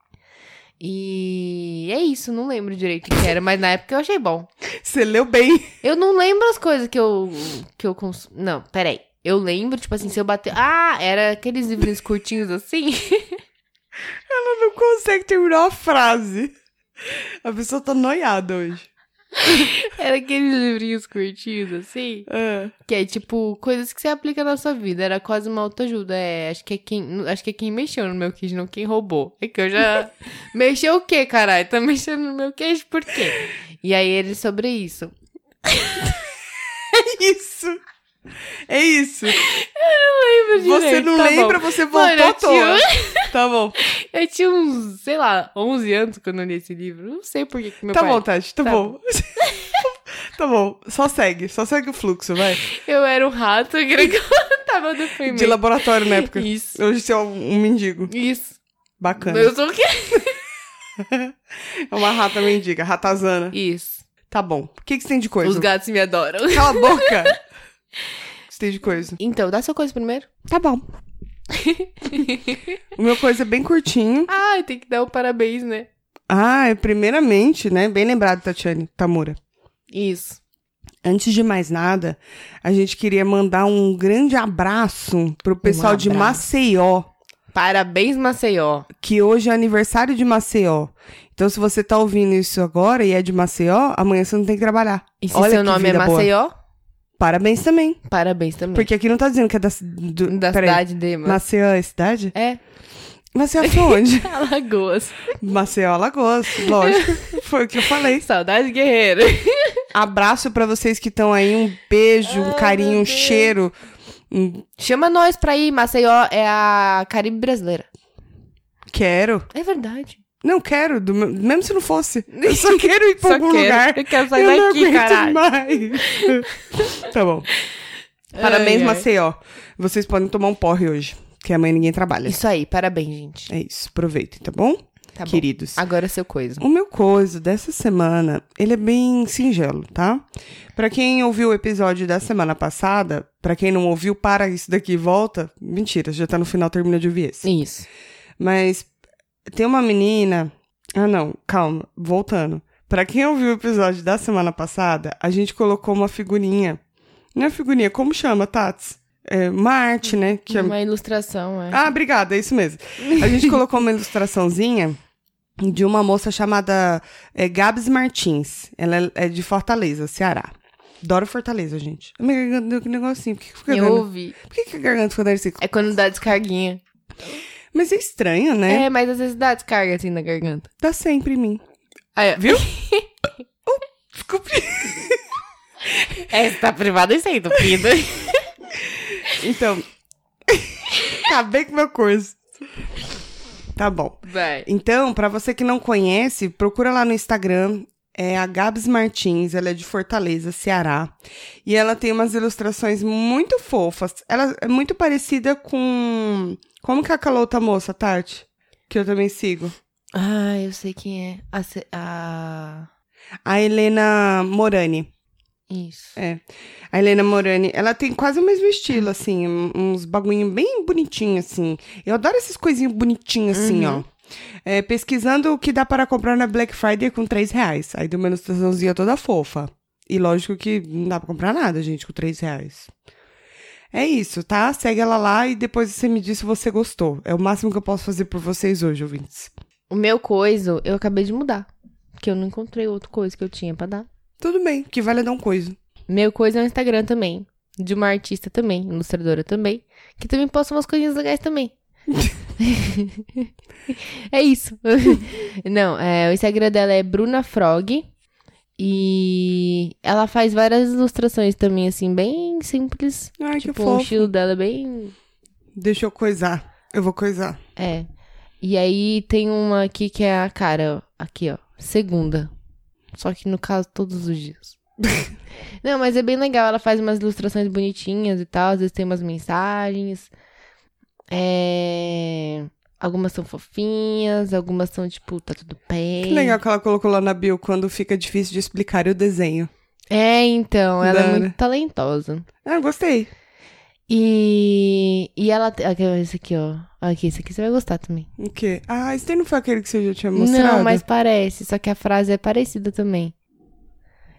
S1: E é isso, não lembro direito o que era, mas na época eu achei bom.
S2: Você leu bem.
S1: Eu não lembro as coisas que eu. que eu cons... Não, peraí. Eu lembro, tipo assim, se eu bater. Ah, era aqueles livros curtinhos assim.
S2: Não consegue terminar uma frase. A pessoa tá noiada hoje.
S1: Era aqueles livrinhos curtinhos assim.
S2: É.
S1: Que é tipo coisas que você aplica na sua vida. Era quase uma autoajuda. É, acho que é quem. Acho que é quem mexeu no meu queijo, não quem roubou. É que eu já. mexeu o quê, caralho? Tá mexendo no meu queijo por quê? E aí ele sobre isso.
S2: É isso. É isso.
S1: Lembra
S2: Você
S1: direito,
S2: não
S1: tá bom.
S2: lembra, você voltou
S1: Mano, eu
S2: à toa.
S1: tinha,
S2: Tá bom.
S1: eu tinha uns, sei lá, 11 anos quando eu li esse livro. Não sei por que que meu
S2: Tá
S1: pai...
S2: bom, Tati. Tá,
S1: Tá
S2: bom. tá bom. Só segue. Só segue o fluxo, vai.
S1: Eu era um rato, eu queria que eu tava no depoimento.
S2: De laboratório na época.
S1: Isso.
S2: Hoje você é um um mendigo.
S1: Isso.
S2: Bacana.
S1: Eu sou o quê?
S2: É uma rata mendiga, ratazana.
S1: Isso.
S2: Tá bom. O que, que você tem de coisa?
S1: Os gatos me adoram.
S2: Cala a boca! O que você tem de coisa?
S1: Então, dá sua coisa primeiro.
S2: Tá bom. o meu coisa é bem curtinho.
S1: Ah, tem que dar o parabéns, né?
S2: Ah, é primeiramente, né? Bem lembrado, Tatiane Tamura.
S1: Isso.
S2: Antes de mais nada, a gente queria mandar um grande abraço pro pessoal de
S1: Um abraço.
S2: Maceió.
S1: Parabéns, Maceió.
S2: que hoje é aniversário de Maceió. Então, se você tá ouvindo isso agora e é de Maceió, amanhã você não tem que trabalhar.
S1: E se
S2: Olha
S1: seu
S2: que
S1: nome é
S2: vida boa.
S1: Maceió,
S2: Parabéns também.
S1: parabéns também.
S2: Porque aqui não tá dizendo que é da, ci- do,
S1: da
S2: peraí.
S1: cidade de Ma...
S2: Maceió é cidade?
S1: É,
S2: Maceió foi onde?
S1: Alagoas.
S2: Maceió, Alagoas, lógico. Foi o que eu falei.
S1: Saudade guerreira.
S2: Abraço pra vocês que estão aí. Um beijo, um
S1: Ai,
S2: carinho,
S1: meu
S2: um
S1: Deus.
S2: cheiro. Um
S1: Chama nós pra ir, Maceió é a Caribe brasileira.
S2: Quero.
S1: É verdade.
S2: Não quero, do meu- mesmo se não fosse. Eu só quero ir pra
S1: Só
S2: algum
S1: quero.
S2: lugar.
S1: Eu quero
S2: eu
S1: sair
S2: não
S1: daqui,
S2: aguento
S1: caralho.
S2: mais. tá bom. Parabéns,
S1: Ai, ai.
S2: Maceió. Vocês podem tomar um porre hoje, que amanhã ninguém trabalha.
S1: Isso aí, parabéns, gente.
S2: É isso, aproveitem, tá bom?
S1: Tá bom.
S2: queridos.
S1: Agora seu coisa.
S2: O meu coisa dessa semana, ele é bem singelo, tá? Pra quem ouviu o episódio da semana passada, pra quem não ouviu, para isso daqui e volta. Mentira, já tá no final, termina de ouvir esse.
S1: Isso.
S2: Mas tem uma menina. Ah, não, calma, voltando. Pra quem ouviu o episódio da semana passada, a gente colocou uma figurinha. Não é figurinha, como chama, Tats? É uma arte, né? Que é-
S1: Uma ilustração, é.
S2: Ah, obrigada, é isso mesmo. A gente colocou uma ilustraçãozinha de uma moça chamada é, Gabs Martins. Ela é de Fortaleza, Ceará. Adoro Fortaleza, gente. Minha garganta deu que negocinho. Por que, que fica
S1: Eu
S2: dando-
S1: ouvi.
S2: Por que, que a garganta ficou dando esse-
S1: É quando dá descarguinha.
S2: Mas é estranho, né?
S1: É, mas às vezes dá descarga assim na garganta.
S2: Tá sempre em mim.
S1: Ah, é.
S2: Viu? Desculpe.
S1: Essa tá privada e sem entupido.
S2: Então. Acabei com meu curso. Tá bom.
S1: Vai.
S2: Então, pra você que não conhece, procura lá no Instagram. É a Gabs Martins, ela é de Fortaleza, Ceará. E ela tem umas ilustrações muito fofas. Ela é muito parecida com. Como que é aquela outra moça, Tati? Que eu também sigo.
S1: Ah, eu sei quem é. A. ce- a-
S2: A Helena Morani.
S1: Isso.
S2: É. A Helena Morani, ela tem quase o mesmo estilo, assim, um- uns bagulhinho bem bonitinho, assim. Eu adoro essas coisinhas bonitinhas, assim, ó. É, pesquisando o que dá para comprar na Black Friday com 3 reais. Aí deu uma ilustraçãozinha é toda fofa. E lógico que não dá pra comprar nada, gente, com 3 reais. É isso, tá? Segue ela lá e depois você me diz se você gostou. É o máximo que eu posso fazer por vocês hoje, ouvintes.
S1: O meu coisa, eu acabei de mudar. Porque eu não encontrei outro coisa que eu tinha pra dar.
S2: Tudo bem, que vale dar um coisa.
S1: Meu coisa é um Instagram também. De uma artista também, ilustradora também. Que também posta umas coisinhas legais também. é isso. Não, é, o Instagram dela é Bruna Frog. E ela faz várias ilustrações também, assim, bem simples.
S2: Ai, que
S1: tipo, o
S2: fofo.
S1: estilo dela é bem.
S2: Deixa eu coisar. Eu vou coisar.
S1: É. E aí tem uma aqui que é a cara, ó. Aqui, ó. Segunda. Só que no caso, todos os dias. Não, mas é bem legal. Ela faz umas ilustrações bonitinhas e tal. Às vezes tem umas mensagens. É... Algumas são fofinhas, algumas são tipo, tá tudo bem.
S2: Que legal que ela colocou lá na bio quando fica difícil de explicar o desenho.
S1: É, então, ela
S2: Da
S1: é
S2: hora.
S1: muito talentosa.
S2: Ah, gostei.
S1: E, e ela. te- Aqui, ó, esse aqui, ó. Aqui, esse aqui você vai gostar também.
S2: O quê? Ah, esse daí não foi aquele que você já tinha mostrado?
S1: Não, mas parece, só que a frase é parecida também.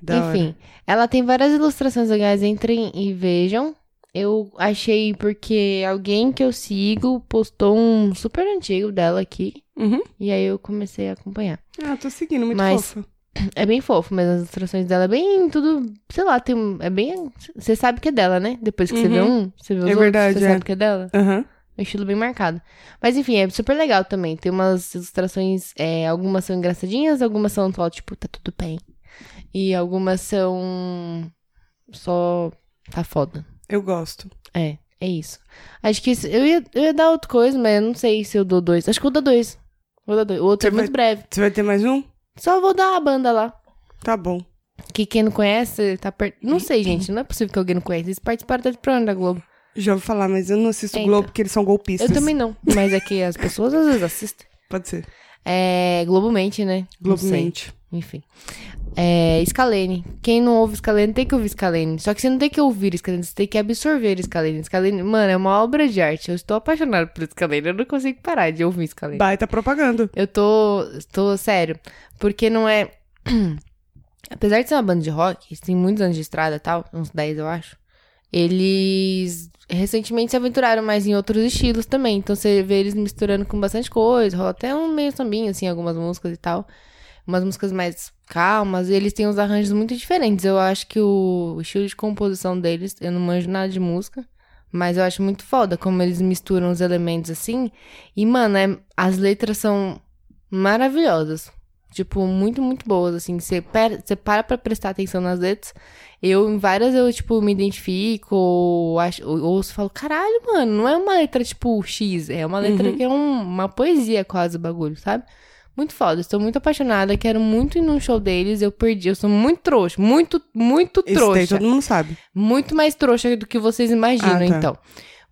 S2: Da hora.
S1: Enfim, ela tem várias ilustrações legais, entrem e vejam. Eu achei porque alguém que eu sigo postou um super antigo dela aqui.
S2: Uhum.
S1: E aí eu comecei a acompanhar.
S2: Ah, tô seguindo, muito
S1: Mas-
S2: fofa.
S1: É bem fofo, mas as ilustrações dela é bem tudo, sei lá, tem um- é bem, você sabe que é dela, né? Depois que você vê
S2: Uhum.
S1: um, você vê os
S2: É
S1: outros,
S2: verdade,
S1: você
S2: é.
S1: sabe que é dela.
S2: Aham.
S1: Um estilo bem marcado. Mas enfim, é super legal também. Tem umas ilustrações, é, algumas são engraçadinhas, algumas são só, tipo, tá tudo bem. E algumas são só tá foda.
S2: Eu gosto.
S1: É, é isso. Acho que isso- eu, ia, eu ia dar outra coisa, mas eu não sei se eu dou dois. Acho que eu vou dar dois. Vou dar dois. O outro
S2: Você
S1: é muito
S2: vai-
S1: breve.
S2: Você vai ter mais um?
S1: Só vou dar a banda lá.
S2: Tá bom.
S1: Que quem não conhece, tá perto. Não sei, gente. Não é possível que alguém não conheça. Eles participaram até de programa da Globo.
S2: Já ouvi falar, mas eu não assisto
S1: É,
S2: Globo
S1: então.
S2: porque eles são golpistas.
S1: Eu também não. Mas é que as pessoas às vezes assistem.
S2: Pode ser.
S1: É. Globomente, né? Não sei.
S2: Globomente.
S1: Enfim. É, Scalene. Quem não ouve Scalene tem que ouvir Scalene. Só que você não tem que ouvir Scalene, você tem que absorver Scalene. Scalene, mano, é uma obra de arte. Eu estou apaixonada por Scalene. Eu não consigo parar de ouvir Scalene.
S2: Baita propaganda.
S1: Eu tô, tô sério, porque não é. Apesar de ser uma banda de rock, eles têm muitos anos de estrada e tal, uns 10 eu acho. Eles recentemente se aventuraram mais em outros estilos também. Então você vê eles misturando com bastante coisa, rola até um meio sambinho, assim, algumas músicas e tal. Umas músicas mais calmas, e eles têm uns arranjos muito diferentes. Eu acho que o estilo de composição deles, eu não manjo nada de música, mas eu acho muito foda como eles misturam os elementos assim. E, mano, é- as letras são maravilhosas. Tipo, muito, muito boas, assim. Você per- você para pra prestar atenção nas letras. Eu, em várias, eu, tipo, me identifico, ou, acho, ou ouço e falo, caralho, mano, não é uma letra, tipo, X, é uma letra
S2: Uhum.
S1: que é um- uma poesia quase o bagulho, sabe? Muito foda, estou muito apaixonada, quero muito ir num show deles, eu perdi, eu sou muito trouxa, muito, muito
S2: Isso
S1: trouxa.
S2: daí todo mundo sabe.
S1: Muito mais trouxa do que vocês imaginam,
S2: Ah, tá.
S1: então.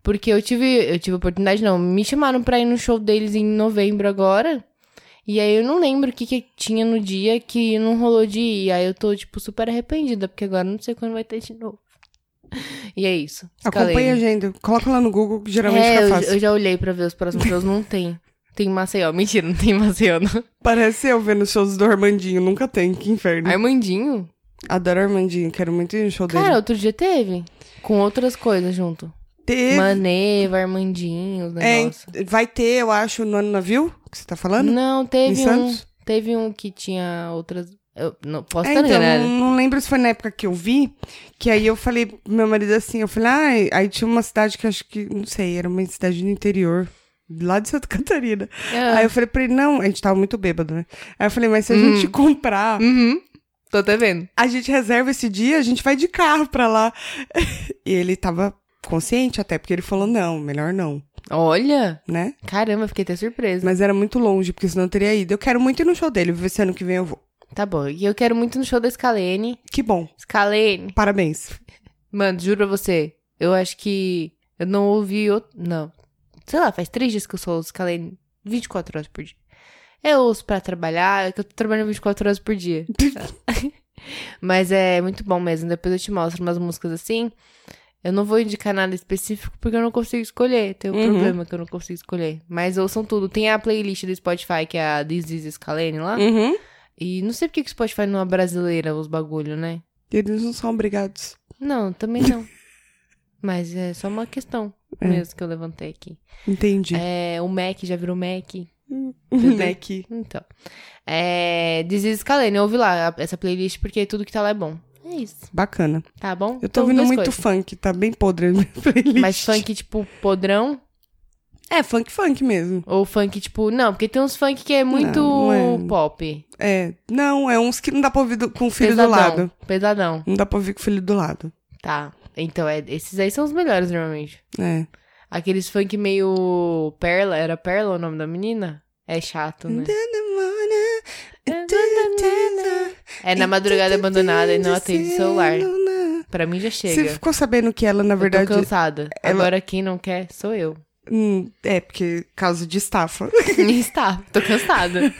S1: Porque eu tive, eu tive oportunidade, não, me chamaram pra ir no show deles em novembro agora. E aí eu não lembro o que, que tinha no dia que não rolou de ir. Aí eu tô, tipo, super arrependida, porque agora eu não sei quando vai ter de novo. E é isso.
S2: Acompanha a
S1: Escalei.
S2: agenda. Coloca lá no Google, que geralmente
S1: é,
S2: fica
S1: eu,
S2: fácil.
S1: eu já olhei pra ver os próximos shows, não tem. Tem Maceió. Mentira, não tem Maceió, não.
S2: Parece eu vendo shows do Armandinho. Nunca tem, que inferno.
S1: Armandinho?
S2: Adoro Armandinho, quero muito ir no show
S1: Cara,
S2: dele.
S1: outro dia teve. Com outras coisas junto.
S2: Teve-
S1: Maneva, Armandinho, os
S2: é,
S1: negócios.
S2: vai ter, eu acho, no ano navio que você tá falando?
S1: Não, teve
S2: em
S1: um.
S2: Santos?
S1: Teve um que tinha outras. Eu não posso
S2: É,
S1: estar
S2: então,
S1: enganada.
S2: não lembro se foi na época que eu vi, que aí eu falei pro meu marido assim, eu falei, ai, aí tinha uma cidade que acho que, não sei, era uma cidade no interior, lá de Santa Catarina.
S1: Ah.
S2: Aí eu falei pra ele, não, a gente tava muito bêbado, né? Aí eu falei, mas se a
S1: Hum.
S2: gente comprar,
S1: Uhum. Tô até vendo.
S2: a gente reserva esse dia, a gente vai de carro pra lá. e ele tava consciente até, porque ele falou, não, melhor não,
S1: Olha!
S2: né?
S1: Caramba, fiquei até surpresa.
S2: Mas era muito longe, porque senão eu teria ido. Eu quero muito ir no show dele, ver se ano que vem eu vou.
S1: Tá bom. E eu quero muito no show da Scalene.
S2: Que bom,
S1: Scalene.
S2: parabéns.
S1: Mano, juro pra você. Eu acho que eu não ouvi outro. Não. Sei lá, faz três dias que eu sou o Scalene 24 horas por dia. Eu ouço pra trabalhar, é que eu tô trabalhando 24 horas por dia. Mas é muito bom mesmo. Depois eu te mostro umas músicas assim. Eu não vou indicar nada específico porque eu não consigo escolher. Tem um
S2: Uhum.
S1: problema que eu não consigo escolher. Mas ouçam tudo. Tem a playlist do Spotify, que é a This Is Scalene lá.
S2: Uhum.
S1: E não sei porque que o Spotify não é brasileira os bagulho, né?
S2: Eles não são obrigados.
S1: Não, também não. Mas é só uma questão
S2: É.
S1: mesmo que eu levantei aqui.
S2: Entendi.
S1: É, o Mac já virou Mac.
S2: Uhum. né, que-
S1: Então. É, This Is Scalene, ouve lá a- essa playlist porque tudo que tá lá é bom. É isso,
S2: Bacana.
S1: tá bom?
S2: Eu tô
S1: Então,
S2: ouvindo
S1: duas
S2: muito
S1: coisas.
S2: funk, tá bem podre a minha playlist.
S1: Mas funk, tipo, podrão?
S2: É, funk, funk mesmo.
S1: Ou funk, tipo... Não, porque tem uns funk que é muito
S2: não é.
S1: pop.
S2: É, não, é uns que não dá pra ouvir do- com o filho do
S1: pesadão,
S2: lado.
S1: Pesadão,
S2: Não dá pra ouvir com o filho do lado.
S1: tá. Então, é, esses aí são os melhores, normalmente.
S2: É.
S1: Aqueles funk meio... Perla, era Perla o nome da menina? É chato, né? É na madrugada abandonada e não atende o celular. Pra mim já
S2: Você
S1: chega.
S2: ficou sabendo que ela, na
S1: Eu tô
S2: verdade.
S1: cansada.
S2: ela-
S1: Agora quem não quer sou eu.
S2: Hum, é, porque caso de estafa.
S1: Está, tô cansada.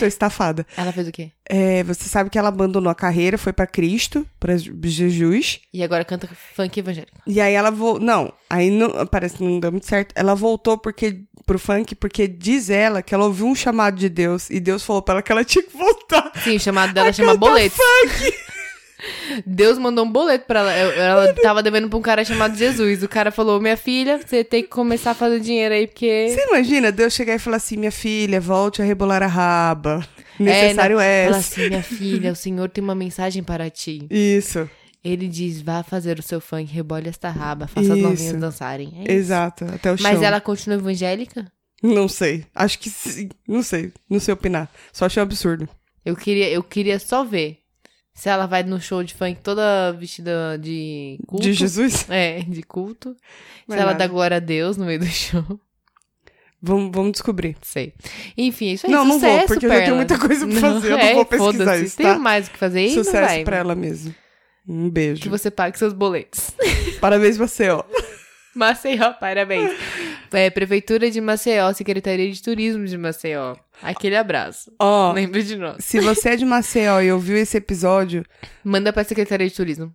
S2: Tô estafada.
S1: Ela fez o quê?
S2: É, você sabe que ela abandonou a carreira, foi pra Cristo, pra Jesus.
S1: E agora canta funk evangélico.
S2: E aí ela voltou. Não, aí não, parece que não deu muito certo. Ela voltou porque, pro funk porque diz ela que ela ouviu um chamado de Deus e Deus falou pra ela que ela tinha que voltar.
S1: Sim, o chamado dela chama boleto. Deus mandou um boleto pra ela. Eu- Ela tava devendo pra um cara chamado Jesus. O cara falou: Minha filha, você tem que começar a fazer dinheiro aí, porque.
S2: Você imagina Deus chegar e falar assim: minha filha, volte a rebolar a raba. Necessário é.
S1: né?" Fala assim, minha filha, o senhor tem uma mensagem para ti.
S2: Isso,
S1: Ele diz: vá fazer o seu funk, rebole esta raba, faça as
S2: Isso.
S1: novinhas dançarem. É isso.
S2: exato, até o chão.
S1: Mas ela continua evangélica?
S2: Não sei, acho que sim, não sei, não sei opinar. Só achei um absurdo.
S1: Eu queria, eu queria só ver se ela vai no show de funk toda vestida de culto.
S2: De Jesus?
S1: É, de culto.
S2: Vai
S1: se ela
S2: lá.
S1: dá glória a Deus no meio do show.
S2: Vamos, vamos descobrir.
S1: Sei. Enfim, é isso aí.
S2: Não, não vou,
S1: sucesso,
S2: porque eu já
S1: Perla.
S2: tenho muita coisa pra fazer, eu não
S1: é,
S2: vou pesquisar
S1: foda-se,
S2: isso,
S1: Tem
S2: tá?
S1: mais o que fazer e não
S2: Sucesso
S1: vai. né?
S2: pra ela mesmo. Um beijo.
S1: Que você pague seus boletos.
S2: Parabéns você, ó.
S1: Maceió, parabéns. É, Prefeitura de Maceió, Secretaria de Turismo de Maceió. Aquele abraço.
S2: Ó,
S1: Lembre de nós.
S2: se você é de Maceió e ouviu esse episódio,
S1: Manda pra Secretaria de Turismo.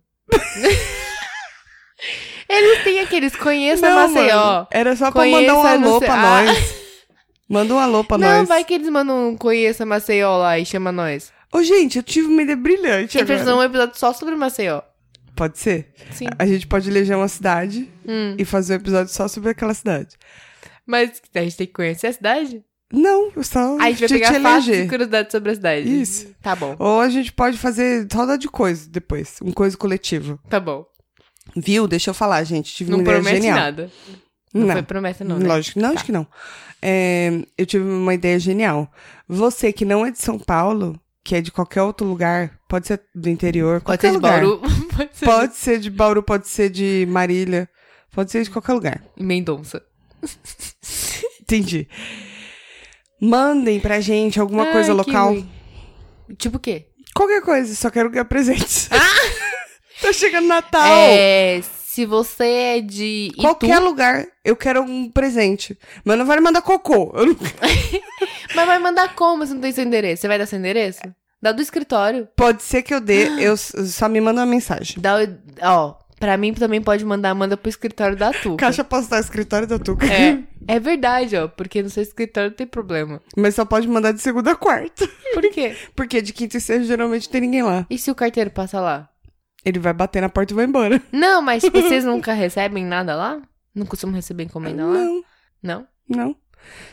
S1: Eles têm aqueles conheça
S2: Não,
S1: Maceió.
S2: mano, era só pra
S1: Conheça
S2: mandar um alô
S1: Mace-
S2: pra
S1: Ah.
S2: nós. Manda um alô pra
S1: Não,
S2: nós.
S1: vai que eles mandam um conheça Maceió lá e chama nós.
S2: Ô, gente, eu tive uma ideia brilhante
S1: Tinha que
S2: agora.
S1: fazer um episódio só sobre Maceió.
S2: Pode ser?
S1: Sim.
S2: A gente pode eleger uma cidade
S1: Hum.
S2: e fazer um episódio só sobre aquela cidade.
S1: Mas a gente tem que conhecer a cidade?
S2: Não, eu só
S1: Aí a gente vai
S2: te- te
S1: pegar fatos e
S2: eleger.
S1: curiosidades sobre a cidade.
S2: Isso.
S1: Tá bom,
S2: Ou a gente pode fazer só dar de coisa depois. Um coisa coletiva.
S1: tá bom.
S2: Viu? Deixa eu falar, gente. Tive
S1: Não
S2: uma ideia
S1: promete
S2: é genial.
S1: nada. Não,
S2: Não.
S1: foi promessa, não. Né?
S2: Lógico, não,
S1: Tá.
S2: acho que não. É, eu tive uma ideia genial. Você que não é de São Paulo, que é de qualquer outro lugar, pode ser do interior,
S1: Pode
S2: qualquer
S1: ser de
S2: lugar.
S1: Bauru, pode ser
S2: Pode ser de Bauru, pode ser de Marília, pode ser de qualquer lugar.
S1: de Mendonça.
S2: Entendi. Mandem pra gente alguma
S1: Ai,
S2: coisa
S1: que
S2: local.
S1: ruim. Tipo o quê?
S2: Qualquer coisa, só quero ganhar presentes. Tá chegando Natal!
S1: Ah! É, Se você é de Itu,
S2: Qualquer lugar, eu quero um presente. Mas não vai me mandar cocô. Eu não-
S1: mas vai mandar como se não tem seu endereço? Você vai dar seu endereço? Dá do escritório.
S2: Pode ser que eu dê, eu s- só me manda uma mensagem.
S1: Dá, o- ó, pra mim também pode mandar, manda pro escritório da Tuca.
S2: Caixa postal escritório da Tuca.
S1: É, é verdade, ó, porque no seu escritório não tem problema.
S2: Mas só pode mandar de segunda a quarta.
S1: Por quê?
S2: Porque de quinta e sexta geralmente tem ninguém lá.
S1: E se o carteiro passa lá?
S2: Ele vai bater na porta e vai embora.
S1: Não, mas tipo, vocês nunca recebem nada lá? Não costumam receber encomenda lá?
S2: Não,
S1: Não?
S2: não.
S1: é?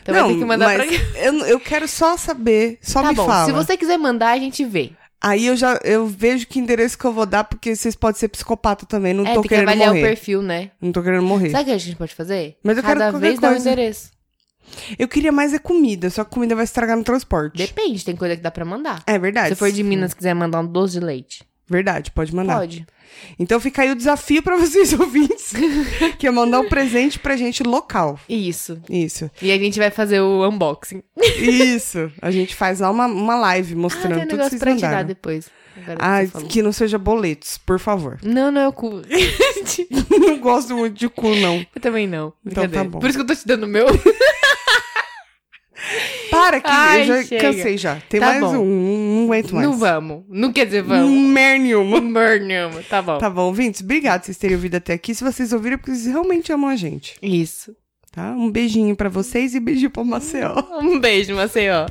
S1: Então vai
S2: não,
S1: ter que mandar pra
S2: mas eu, eu quero só saber, só
S1: Tá
S2: me
S1: bom,
S2: fala.
S1: se você quiser mandar, a gente vê.
S2: Aí eu já eu vejo que endereço que eu vou dar, porque vocês podem ser psicopata também. Não
S1: é,
S2: tô
S1: tem que
S2: querendo
S1: avaliar
S2: morrer.
S1: o perfil, né?
S2: Não tô querendo morrer.
S1: Sabe o que a gente pode fazer?
S2: Mas eu quero
S1: Cada
S2: qualquer
S1: vez dá um
S2: coisa.
S1: endereço.
S2: Eu queria mais é comida, só que comida vai estragar no transporte.
S1: Depende, tem coisa que dá pra mandar.
S2: É verdade.
S1: Se for de Minas e quiser mandar um doce de leite,
S2: Verdade, pode mandar.
S1: pode.
S2: Então fica aí o desafio pra vocês ouvintes, que é mandar um presente pra gente local.
S1: Isso.
S2: Isso.
S1: E a gente vai fazer o unboxing.
S2: Ah, Isso. A gente faz lá uma, uma live
S1: Ah,
S2: mostrando
S1: tem um
S2: tudo que
S1: negócio
S2: vocês
S1: pra te dar
S2: mandaram.
S1: depois. Agora que
S2: Ah,
S1: você falou.
S2: que não seja boletos, por favor.
S1: Não, não é o cu.
S2: não gosto muito de cu, não.
S1: Eu também não.
S2: Então tá
S1: Brincadeira.
S2: bom.
S1: Por isso que eu tô te dando o meu.
S2: Para que
S1: Ai,
S2: eu já
S1: chega.
S2: cansei já. Tem
S1: Tá
S2: mais
S1: bom.
S2: um, não aguento mais.
S1: Não vamos. Não quer dizer vamos.
S2: Mer nenhuma.
S1: Burnham. Tá bom.
S2: Tá bom, ouvintes, obrigado por vocês terem ouvido até aqui. Se vocês ouviram, é porque vocês realmente amam a gente,
S1: Isso.
S2: tá? Um beijinho pra vocês e beijinho pra Maceió.
S1: Um beijo, Maceió.